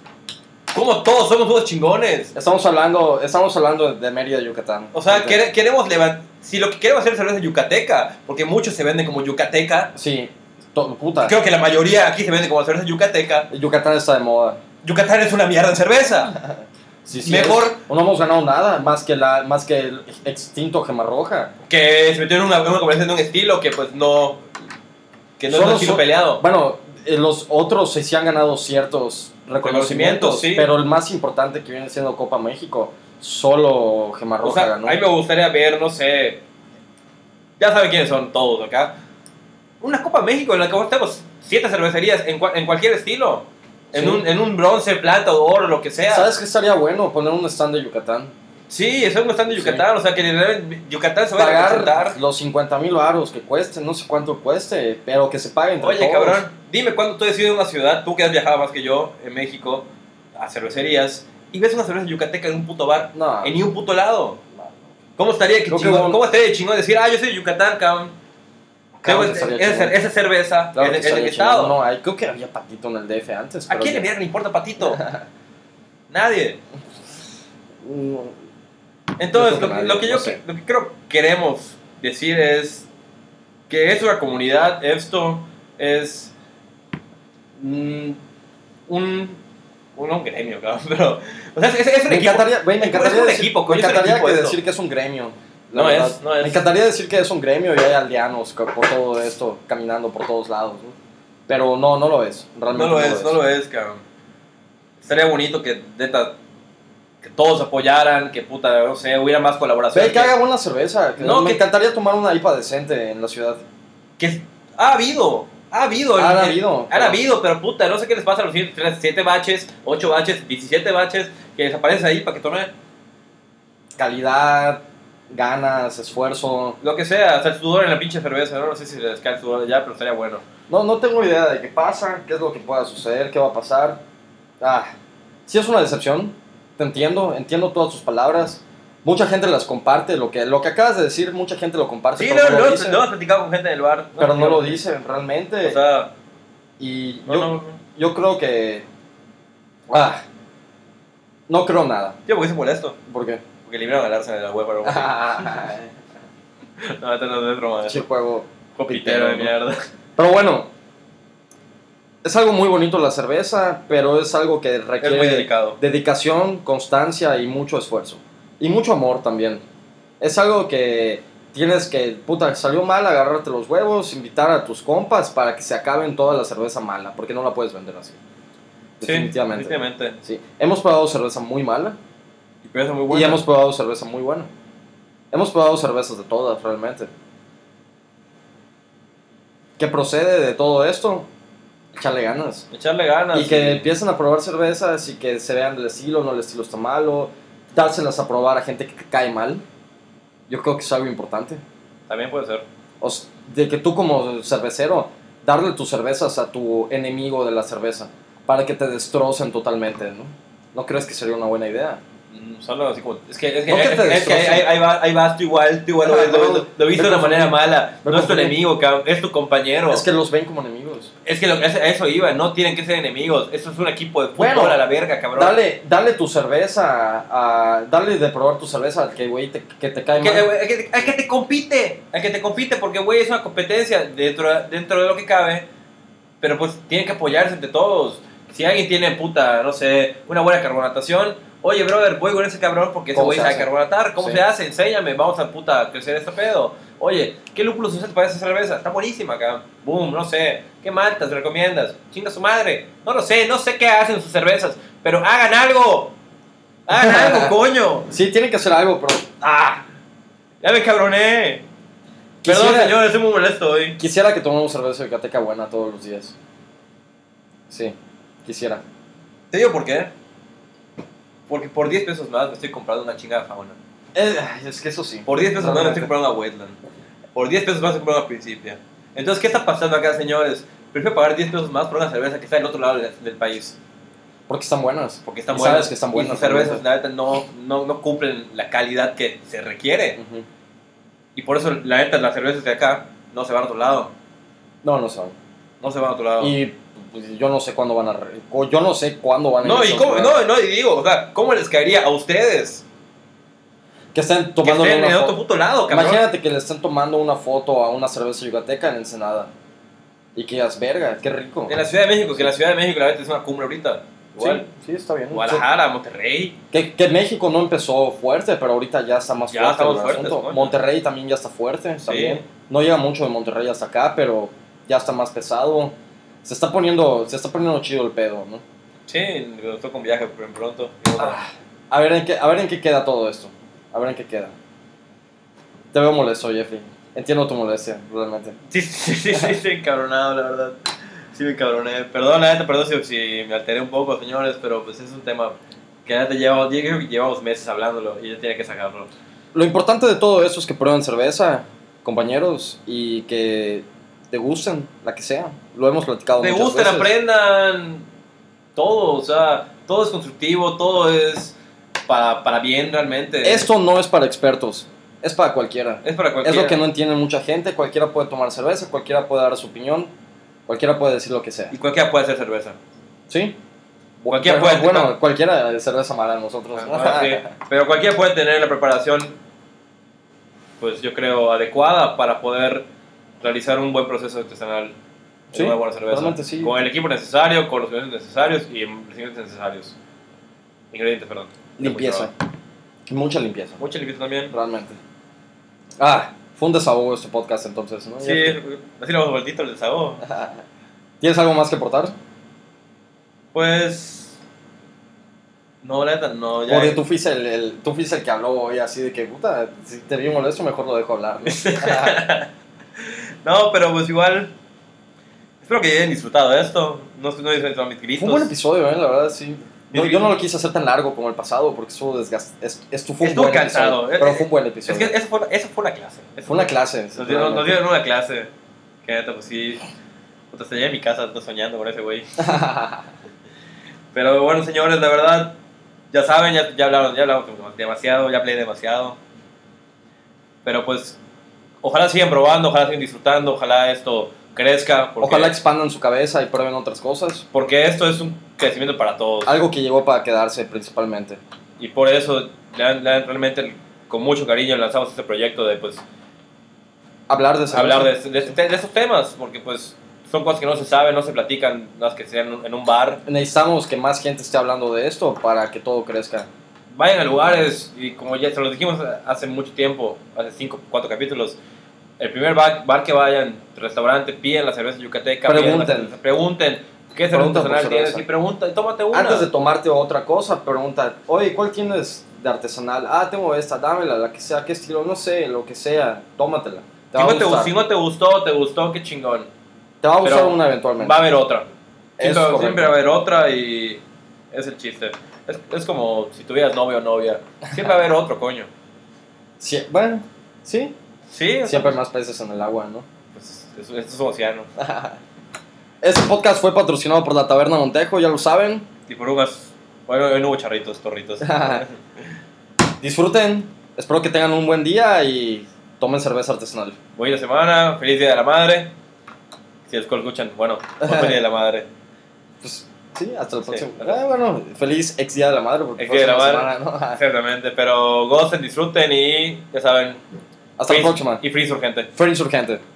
[SPEAKER 3] como todos somos todos chingones.
[SPEAKER 1] Estamos hablando, estamos hablando de Mérida, Yucatán.
[SPEAKER 3] O sea, quere- queremos levantar. Si lo que queremos hacer es cerveza yucateca, porque muchos se venden como yucateca,
[SPEAKER 1] Sí, to- puta.
[SPEAKER 3] creo que la mayoría aquí se vende como cerveza yucateca.
[SPEAKER 1] Yucatán está de moda.
[SPEAKER 3] Yucatán es una mierda en cerveza.
[SPEAKER 1] Sí, sí,
[SPEAKER 3] Mejor-
[SPEAKER 1] es- No hemos ganado nada más que, la, más que el extinto Gemarroja.
[SPEAKER 3] Que se metió en una, una competencia de un estilo que, pues, no. Que no es un
[SPEAKER 1] Solo
[SPEAKER 3] estilo
[SPEAKER 1] son-
[SPEAKER 3] peleado.
[SPEAKER 1] Bueno, eh, los otros sí, sí han ganado ciertos reconocimientos,
[SPEAKER 3] Reconocimientos, sí.
[SPEAKER 1] pero el más importante que viene siendo Copa México, solo Gemarroja
[SPEAKER 3] O sea, a
[SPEAKER 1] ganó.
[SPEAKER 3] mí me gustaría ver, no sé. Ya saben quiénes son todos acá. Una Copa México en la que tenemos siete cervecerías en, cua- en cualquier estilo. En,
[SPEAKER 1] Sí.
[SPEAKER 3] un, en un bronce, plata, oro, lo que sea.
[SPEAKER 1] ¿Sabes qué estaría bueno? Poner un stand de Yucatán.
[SPEAKER 3] Sí, es un stand de
[SPEAKER 1] Sí.
[SPEAKER 3] Yucatán. O sea, que literalmente Yucatán se va a representar.
[SPEAKER 1] Pagar los 50 mil baros que cueste, no sé cuánto cueste, pero que se pague entre
[SPEAKER 3] Oye,
[SPEAKER 1] todos.
[SPEAKER 3] cabrón, dime cuándo tú has ido a una ciudad, tú que has viajado más que yo en México, a cervecerías, y ves una cerveza yucateca en un puto bar,
[SPEAKER 1] No,
[SPEAKER 3] en ni un puto lado. ¿Cómo estaría, que
[SPEAKER 1] Creo que
[SPEAKER 3] chingón,
[SPEAKER 1] un-
[SPEAKER 3] ¿Cómo estaría de chingón decir, ah, yo soy de Yucatán, cabrón?
[SPEAKER 1] Claro
[SPEAKER 3] Tengo
[SPEAKER 1] que
[SPEAKER 3] ese-
[SPEAKER 1] estaría
[SPEAKER 3] esa,
[SPEAKER 1] chingón.
[SPEAKER 3] esa cerveza
[SPEAKER 1] claro
[SPEAKER 3] es,
[SPEAKER 1] que
[SPEAKER 3] de- es
[SPEAKER 1] estaría
[SPEAKER 3] del
[SPEAKER 1] chingón.
[SPEAKER 3] Estado.
[SPEAKER 1] No, hay- creo que había Patito en el DF antes.
[SPEAKER 3] ¿A
[SPEAKER 1] pero
[SPEAKER 3] quién le
[SPEAKER 1] ya-
[SPEAKER 3] mierda le importa
[SPEAKER 1] <laughs>
[SPEAKER 3] Patito? Nadie.
[SPEAKER 1] No,
[SPEAKER 3] Entonces,
[SPEAKER 1] Yo creo que
[SPEAKER 3] lo, que-
[SPEAKER 1] nadie,
[SPEAKER 3] lo que yo
[SPEAKER 1] no sé.
[SPEAKER 3] que- lo que creo queremos decir es que es una comunidad, esto es mm, un, un, un gremio, cabrón, <laughs> pero... O sea, es, es un
[SPEAKER 1] Me
[SPEAKER 3] equipo.
[SPEAKER 1] encantaría, güey, me
[SPEAKER 3] Es
[SPEAKER 1] encantaría
[SPEAKER 3] un
[SPEAKER 1] decir,
[SPEAKER 3] equipo,
[SPEAKER 1] me
[SPEAKER 3] coño, es un
[SPEAKER 1] encantaría
[SPEAKER 3] equipo
[SPEAKER 1] que
[SPEAKER 3] esto.
[SPEAKER 1] decir que es un gremio. la
[SPEAKER 3] No
[SPEAKER 1] verdad.
[SPEAKER 3] es, no es.
[SPEAKER 1] Me encantaría decir que es un gremio y hay aldeanos co- por todo esto, caminando por todos lados. ¿no? Pero no, no lo es. Realmente
[SPEAKER 3] No lo es, no lo es, cabrón. Estaría bonito que, neta, que todos apoyaran, que puta, no sé, hubiera más colaboración.
[SPEAKER 1] Ve que haga buena cerveza. que-
[SPEAKER 3] No,
[SPEAKER 1] me
[SPEAKER 3] que-
[SPEAKER 1] encantaría tomar una IPA decente en la ciudad.
[SPEAKER 3] que Ha habido. Ha habido.
[SPEAKER 1] Han
[SPEAKER 3] eh,
[SPEAKER 1] habido,
[SPEAKER 3] Han
[SPEAKER 1] pero-
[SPEAKER 3] habido, pero puta, no sé qué les pasa a los 7 baches, 8 baches, 17 baches que desaparecen ahí para que tomen
[SPEAKER 1] Calidad, ganas, esfuerzo.
[SPEAKER 3] lo que sea, hasta el sudor en la pinche cerveza. No, no sé si les cae el sudor ya, pero estaría bueno.
[SPEAKER 1] No, no tengo idea de qué pasa, qué es lo que pueda suceder, qué va a pasar. Ah, sí es una decepción, te entiendo, entiendo todas tus palabras. Mucha gente las comparte, lo que, lo que acabas de decir, mucha gente lo comparte,
[SPEAKER 3] Sí,
[SPEAKER 1] pero no,
[SPEAKER 3] no, no,
[SPEAKER 1] lo
[SPEAKER 3] no,
[SPEAKER 1] dice,
[SPEAKER 3] hemos platicado con gente del bar.
[SPEAKER 1] pero no lo dice realmente.
[SPEAKER 3] O sea,
[SPEAKER 1] y
[SPEAKER 3] no,
[SPEAKER 1] yo,
[SPEAKER 3] no, no.
[SPEAKER 1] yo creo que... Ah, no creo nada.
[SPEAKER 3] Yo me hice molesto,
[SPEAKER 1] ¿Por
[SPEAKER 3] <laughs>
[SPEAKER 1] qué?
[SPEAKER 3] porque libraron al Arsenal de la web, pero bueno. <laughs> No, esto no es broma.
[SPEAKER 1] Che juego.
[SPEAKER 3] Copitero de
[SPEAKER 1] ¿no?
[SPEAKER 3] mierda.
[SPEAKER 1] Pero bueno, es algo muy bonito la cerveza, pero es algo que
[SPEAKER 3] Es muy
[SPEAKER 1] requiere
[SPEAKER 3] delicado.
[SPEAKER 1] dedicación, constancia y mucho esfuerzo. Y mucho amor también. Es algo que tienes que, puta, salió mal, agarrarte los huevos, invitar a tus compas para que se acaben toda la cerveza mala, porque no la puedes vender así.
[SPEAKER 3] Sí,
[SPEAKER 1] Definitivamente.
[SPEAKER 3] definitivamente.
[SPEAKER 1] Sí. Hemos probado cerveza muy mala
[SPEAKER 3] Y pero es muy bueno.
[SPEAKER 1] y hemos probado cerveza muy buena. Hemos probado cervezas de todas, realmente. ¿Qué procede de todo esto? Echarle ganas.
[SPEAKER 3] Echarle ganas.
[SPEAKER 1] Y que empiecen a probar cervezas y que se vean el estilo, no el estilo está malo. Dárselas a probar a gente que cae mal. Yo creo que es algo importante.
[SPEAKER 3] También puede ser.
[SPEAKER 1] O s- de que tú como cervecero, darle tus cervezas a tu enemigo de la cerveza para que te destrocen totalmente, ¿no? ¿No crees que sería una buena idea?
[SPEAKER 3] Mm, Solo así como. Es que, es que,
[SPEAKER 1] No que
[SPEAKER 3] es,
[SPEAKER 1] te
[SPEAKER 3] es que ahí, ahí- ahí va- ahí vas tú igual, tú igual lo,
[SPEAKER 1] Ajá,
[SPEAKER 3] ves, lo,
[SPEAKER 1] no,
[SPEAKER 3] ves- lo viste
[SPEAKER 1] me
[SPEAKER 3] de una
[SPEAKER 1] confundí.
[SPEAKER 3] manera mala.
[SPEAKER 1] Me
[SPEAKER 3] No es tu
[SPEAKER 1] confundí.
[SPEAKER 3] enemigo, cabrón, es tu compañero.
[SPEAKER 1] Es que los ven como enemigos.
[SPEAKER 3] lo- es- a eso iba, no tienen que ser enemigos. Eso es un equipo de fútbol
[SPEAKER 1] Bueno,
[SPEAKER 3] a la verga, cabrón.
[SPEAKER 1] Dale, dale tu cerveza, a, dale de probar tu cerveza al que, güey, te- que te cae
[SPEAKER 3] Que,
[SPEAKER 1] mal.
[SPEAKER 3] eh, que- al que te compite, al que te compite, porque güey es una competencia dentro, dentro de lo que cabe, pero pues tienen que apoyarse entre todos. Si alguien tiene puta, no sé, una buena carbonatación, oye brother, voy con ese cabrón porque ese
[SPEAKER 1] ¿Cómo
[SPEAKER 3] güey
[SPEAKER 1] se
[SPEAKER 3] sabe
[SPEAKER 1] hace?
[SPEAKER 3] carbonatar, ¿cómo
[SPEAKER 1] Sí.
[SPEAKER 3] se hace? Enséñame, vamos a puta crecer este pedo. Oye, ¿qué lúpulos usas para esa cerveza? Está buenísima acá. Boom, no sé. ¿Qué maltas recomiendas? Chinga su madre. No lo sé, no sé qué hacen sus cervezas, pero hagan algo. Hagan
[SPEAKER 1] <laughs>
[SPEAKER 3] algo, coño.
[SPEAKER 1] Sí, tienen que hacer algo, pero
[SPEAKER 3] ¡Ah! Ya me cabroné. Perdón,
[SPEAKER 1] Quisiera-
[SPEAKER 3] señor, estoy muy molesto hoy.
[SPEAKER 1] Quisiera que tomemos cerveza de Cateca buena todos los días. Sí, quisiera.
[SPEAKER 3] ¿Te digo por qué? Porque por 10 pesos más me estoy comprando una chingada fauna. Eh,
[SPEAKER 1] es que eso sí.
[SPEAKER 3] Por 10 pesos más me
[SPEAKER 1] Realmente.
[SPEAKER 3] estoy comprando una wetland. Por 10 pesos más me estoy comprando una principia. Entonces, ¿qué está pasando acá, señores? Prefiero pagar 10 pesos más por una cerveza que está del otro lado del, del país.
[SPEAKER 1] Porque están buenas.
[SPEAKER 3] Porque están
[SPEAKER 1] Y
[SPEAKER 3] buenas.
[SPEAKER 1] sabes que están buenas,
[SPEAKER 3] Y sus cervezas,
[SPEAKER 1] obviamente.
[SPEAKER 3] la neta, no, no, no cumplen la calidad que se requiere.
[SPEAKER 1] Ujú.
[SPEAKER 3] Y por eso, la neta, las cervezas de acá no se van a otro lado.
[SPEAKER 1] No, no saben.
[SPEAKER 3] No se van a otro lado.
[SPEAKER 1] Y pues, yo no sé cuándo van a... re- o Yo no sé cuándo van a...
[SPEAKER 3] No,
[SPEAKER 1] irse
[SPEAKER 3] y
[SPEAKER 1] a un
[SPEAKER 3] cómo,
[SPEAKER 1] lugar
[SPEAKER 3] no, no, y digo, o sea, ¿cómo les caería a ustedes?
[SPEAKER 1] Que estén
[SPEAKER 3] Que
[SPEAKER 1] tomando
[SPEAKER 3] estén en
[SPEAKER 1] una
[SPEAKER 3] otro
[SPEAKER 1] foto.
[SPEAKER 3] puto lado, cabrón.
[SPEAKER 1] Imagínate que le estén tomando una foto a una cerveza yucateca en Ensenada. Y que digas, verga, qué rico.
[SPEAKER 3] En la Ciudad de México, que la Ciudad de México la verdad es una cumbre ahorita. Igual.
[SPEAKER 1] Sí, sí, está bien.
[SPEAKER 3] Guadalajara, Monterrey.
[SPEAKER 1] Que, que México no empezó fuerte, pero ahorita ya está más
[SPEAKER 3] Ya
[SPEAKER 1] fuerte.
[SPEAKER 3] estamos
[SPEAKER 1] el
[SPEAKER 3] fuertes,
[SPEAKER 1] asunto.
[SPEAKER 3] coño.
[SPEAKER 1] Monterrey también ya está fuerte.
[SPEAKER 3] Sí.
[SPEAKER 1] También. No llega mucho de Monterrey hasta acá, pero ya está más pesado. Se está poniendo, se está poniendo chido el pedo, ¿no?
[SPEAKER 3] Sí, me gustó con viaje por en pronto. Y bueno,
[SPEAKER 1] Ah. A ver en qué, a ver en qué queda todo esto. A ver en qué queda. Te veo molesto, Jeffrey. Entiendo tu molestia, realmente.
[SPEAKER 3] Sí, sí, sí, sí, sí, encabronado, la verdad. Sí, me encabroné. Perdón, la neta, perdón si, si me alteré un poco, señores, pero pues es un tema que la neta llevamos, yo creo que llevamos meses hablándolo y ya tiene que sacarlo.
[SPEAKER 1] Lo importante de todo esto es que prueben cerveza, compañeros, y que te gusten, la que sea. Lo hemos platicado
[SPEAKER 3] Me
[SPEAKER 1] Ah, muchas
[SPEAKER 3] gusten,
[SPEAKER 1] veces.
[SPEAKER 3] aprendan todo, o sea, todo es constructivo, todo es para, para bien realmente.
[SPEAKER 1] Esto no es para expertos, es para cualquiera.
[SPEAKER 3] es para
[SPEAKER 1] Es
[SPEAKER 3] cualquiera.
[SPEAKER 1] lo que no entiende mucha gente. Cualquiera puede tomar cerveza, cualquiera puede dar su opinión, cualquiera puede decir lo que sea.
[SPEAKER 3] Y cualquiera puede hacer cerveza.
[SPEAKER 1] ¿Sí?
[SPEAKER 3] Cualquiera
[SPEAKER 1] Pero,
[SPEAKER 3] puede-
[SPEAKER 1] Bueno, cualquiera de cerveza mala nosotros. ¿no?
[SPEAKER 3] <laughs> Ah, sí. Pero cualquiera puede tener la preparación, pues yo creo, adecuada para poder realizar un buen proceso artesanal. de
[SPEAKER 1] Sí,
[SPEAKER 3] una buena cerveza.
[SPEAKER 1] realmente sí.
[SPEAKER 3] Con el equipo necesario, con los ingredientes necesarios y los ingredientes necesarios. Ingredientes, perdón.
[SPEAKER 1] <laughs> Limpieza.
[SPEAKER 3] pues,
[SPEAKER 1] Mucha limpieza.
[SPEAKER 3] Mucha limpieza también.
[SPEAKER 1] Realmente. Ah, fue un desahogo este podcast entonces, ¿no?
[SPEAKER 3] Sí, así le vamos vueltito al desahogo.
[SPEAKER 1] ¿Tienes algo más que aportar?
[SPEAKER 3] Pues. No, la neta, no. Ya
[SPEAKER 1] Porque tú fuiste el, el- tú fuiste el que habló hoy así de que,
[SPEAKER 3] <laughs>
[SPEAKER 1] puta, si te vi molesto, mejor lo dejo hablar. ¿no?
[SPEAKER 3] No, pero pues igual, Espero que hayan disfrutado de esto. No, no hayan disfrutado mis gritos.
[SPEAKER 1] Fue un buen episodio, ¿eh? la verdad, sí. No, yo no lo quise hacer tan largo como el pasado porque estuvo desgastado. Estuvo un
[SPEAKER 3] Estuvo
[SPEAKER 1] buen
[SPEAKER 3] cansado.
[SPEAKER 1] episodio, pero fue un buen episodio.
[SPEAKER 3] Es que esa fue, esa fue la clase. Esa
[SPEAKER 1] fue una clase.
[SPEAKER 3] Nos
[SPEAKER 1] <laughs>
[SPEAKER 3] dieron, nos dieron una clase. Que neta, pues sí. Puta, estaría en mi casa ando soñando con ese güey. Pero bueno, señores, la verdad, ya saben, ya, ya hablaron, ya hablamos demasiado, ya hablé demasiado. Pero pues, ojalá sigan probando, ojalá sigan disfrutando, ojalá esto crezca. Porque,
[SPEAKER 1] Ojalá expandan su cabeza y prueben otras cosas.
[SPEAKER 3] porque esto es un crecimiento para todos.
[SPEAKER 1] Algo que llegó para quedarse principalmente.
[SPEAKER 3] Y por eso, la- la- realmente, con mucho cariño lanzamos este proyecto de pues
[SPEAKER 1] Hablar de cerveza.
[SPEAKER 3] hablar de, de, de estos temas, porque pues son cosas que no se saben, no se platican, las que sean en un- en un bar.
[SPEAKER 1] Necesitamos que más gente esté hablando de esto para que todo crezca.
[SPEAKER 3] Vayan a lugares y como ya se los dijimos hace mucho tiempo, hace 5, 4 capítulos, el primer bar, bar que vayan, restaurante, piden la cerveza yucateca, piden la
[SPEAKER 1] Pregunten.
[SPEAKER 3] cerveza, pregunten qué cerveza
[SPEAKER 1] Pregunta por
[SPEAKER 3] artesanal tienes
[SPEAKER 1] cerveza.
[SPEAKER 3] y pregunta, y tómate una.
[SPEAKER 1] Antes de tomarte otra cosa, pregunta, oye, ¿cuál tienes de artesanal? Ah, tengo esta, dámela, la que sea, qué estilo, no sé, lo que sea, tómatela. Te
[SPEAKER 3] si,
[SPEAKER 1] va a
[SPEAKER 3] no te,
[SPEAKER 1] gustar,
[SPEAKER 3] si no te gustó, te gustó, qué chingón.
[SPEAKER 1] te va a gustar
[SPEAKER 3] pero
[SPEAKER 1] una eventualmente.
[SPEAKER 3] Va a haber otra.
[SPEAKER 1] Eso es
[SPEAKER 3] Siempre,
[SPEAKER 1] correcto.
[SPEAKER 3] siempre va a haber otra y es el chiste. Es, es como si tuvieras novio o novia. Siempre va a haber otro, coño.
[SPEAKER 1] Sí, bueno, sí,
[SPEAKER 3] Sí, o sea,
[SPEAKER 1] siempre hay más peces en el agua, ¿no?
[SPEAKER 3] pues, es- esto es un océano.
[SPEAKER 1] Este podcast fue patrocinado por la Taberna Montejo, ya lo saben. <laughs>
[SPEAKER 3] Y por unas. Bueno, hoy no hubo charritos, torritos.
[SPEAKER 1] Disfruten, espero que tengan un buen día y tomen cerveza artesanal.
[SPEAKER 3] Buena semana, feliz día de la madre. Si es que lo escuchan,
[SPEAKER 1] <laughs>
[SPEAKER 3] bueno, no feliz día de la madre.
[SPEAKER 1] Pues sí, hasta el
[SPEAKER 3] Sí.
[SPEAKER 1] próximo. Ah, bueno, feliz ex Día de la Madre. Porque
[SPEAKER 3] Ex Día de la
[SPEAKER 1] próxima
[SPEAKER 3] Madre.
[SPEAKER 1] semana, ¿no? <laughs>
[SPEAKER 3] Ciertamente, pero gocen, disfruten y ya saben.
[SPEAKER 1] Hasta la
[SPEAKER 3] free-
[SPEAKER 1] próxima.
[SPEAKER 3] Y free surgente.
[SPEAKER 1] Fue insurgente.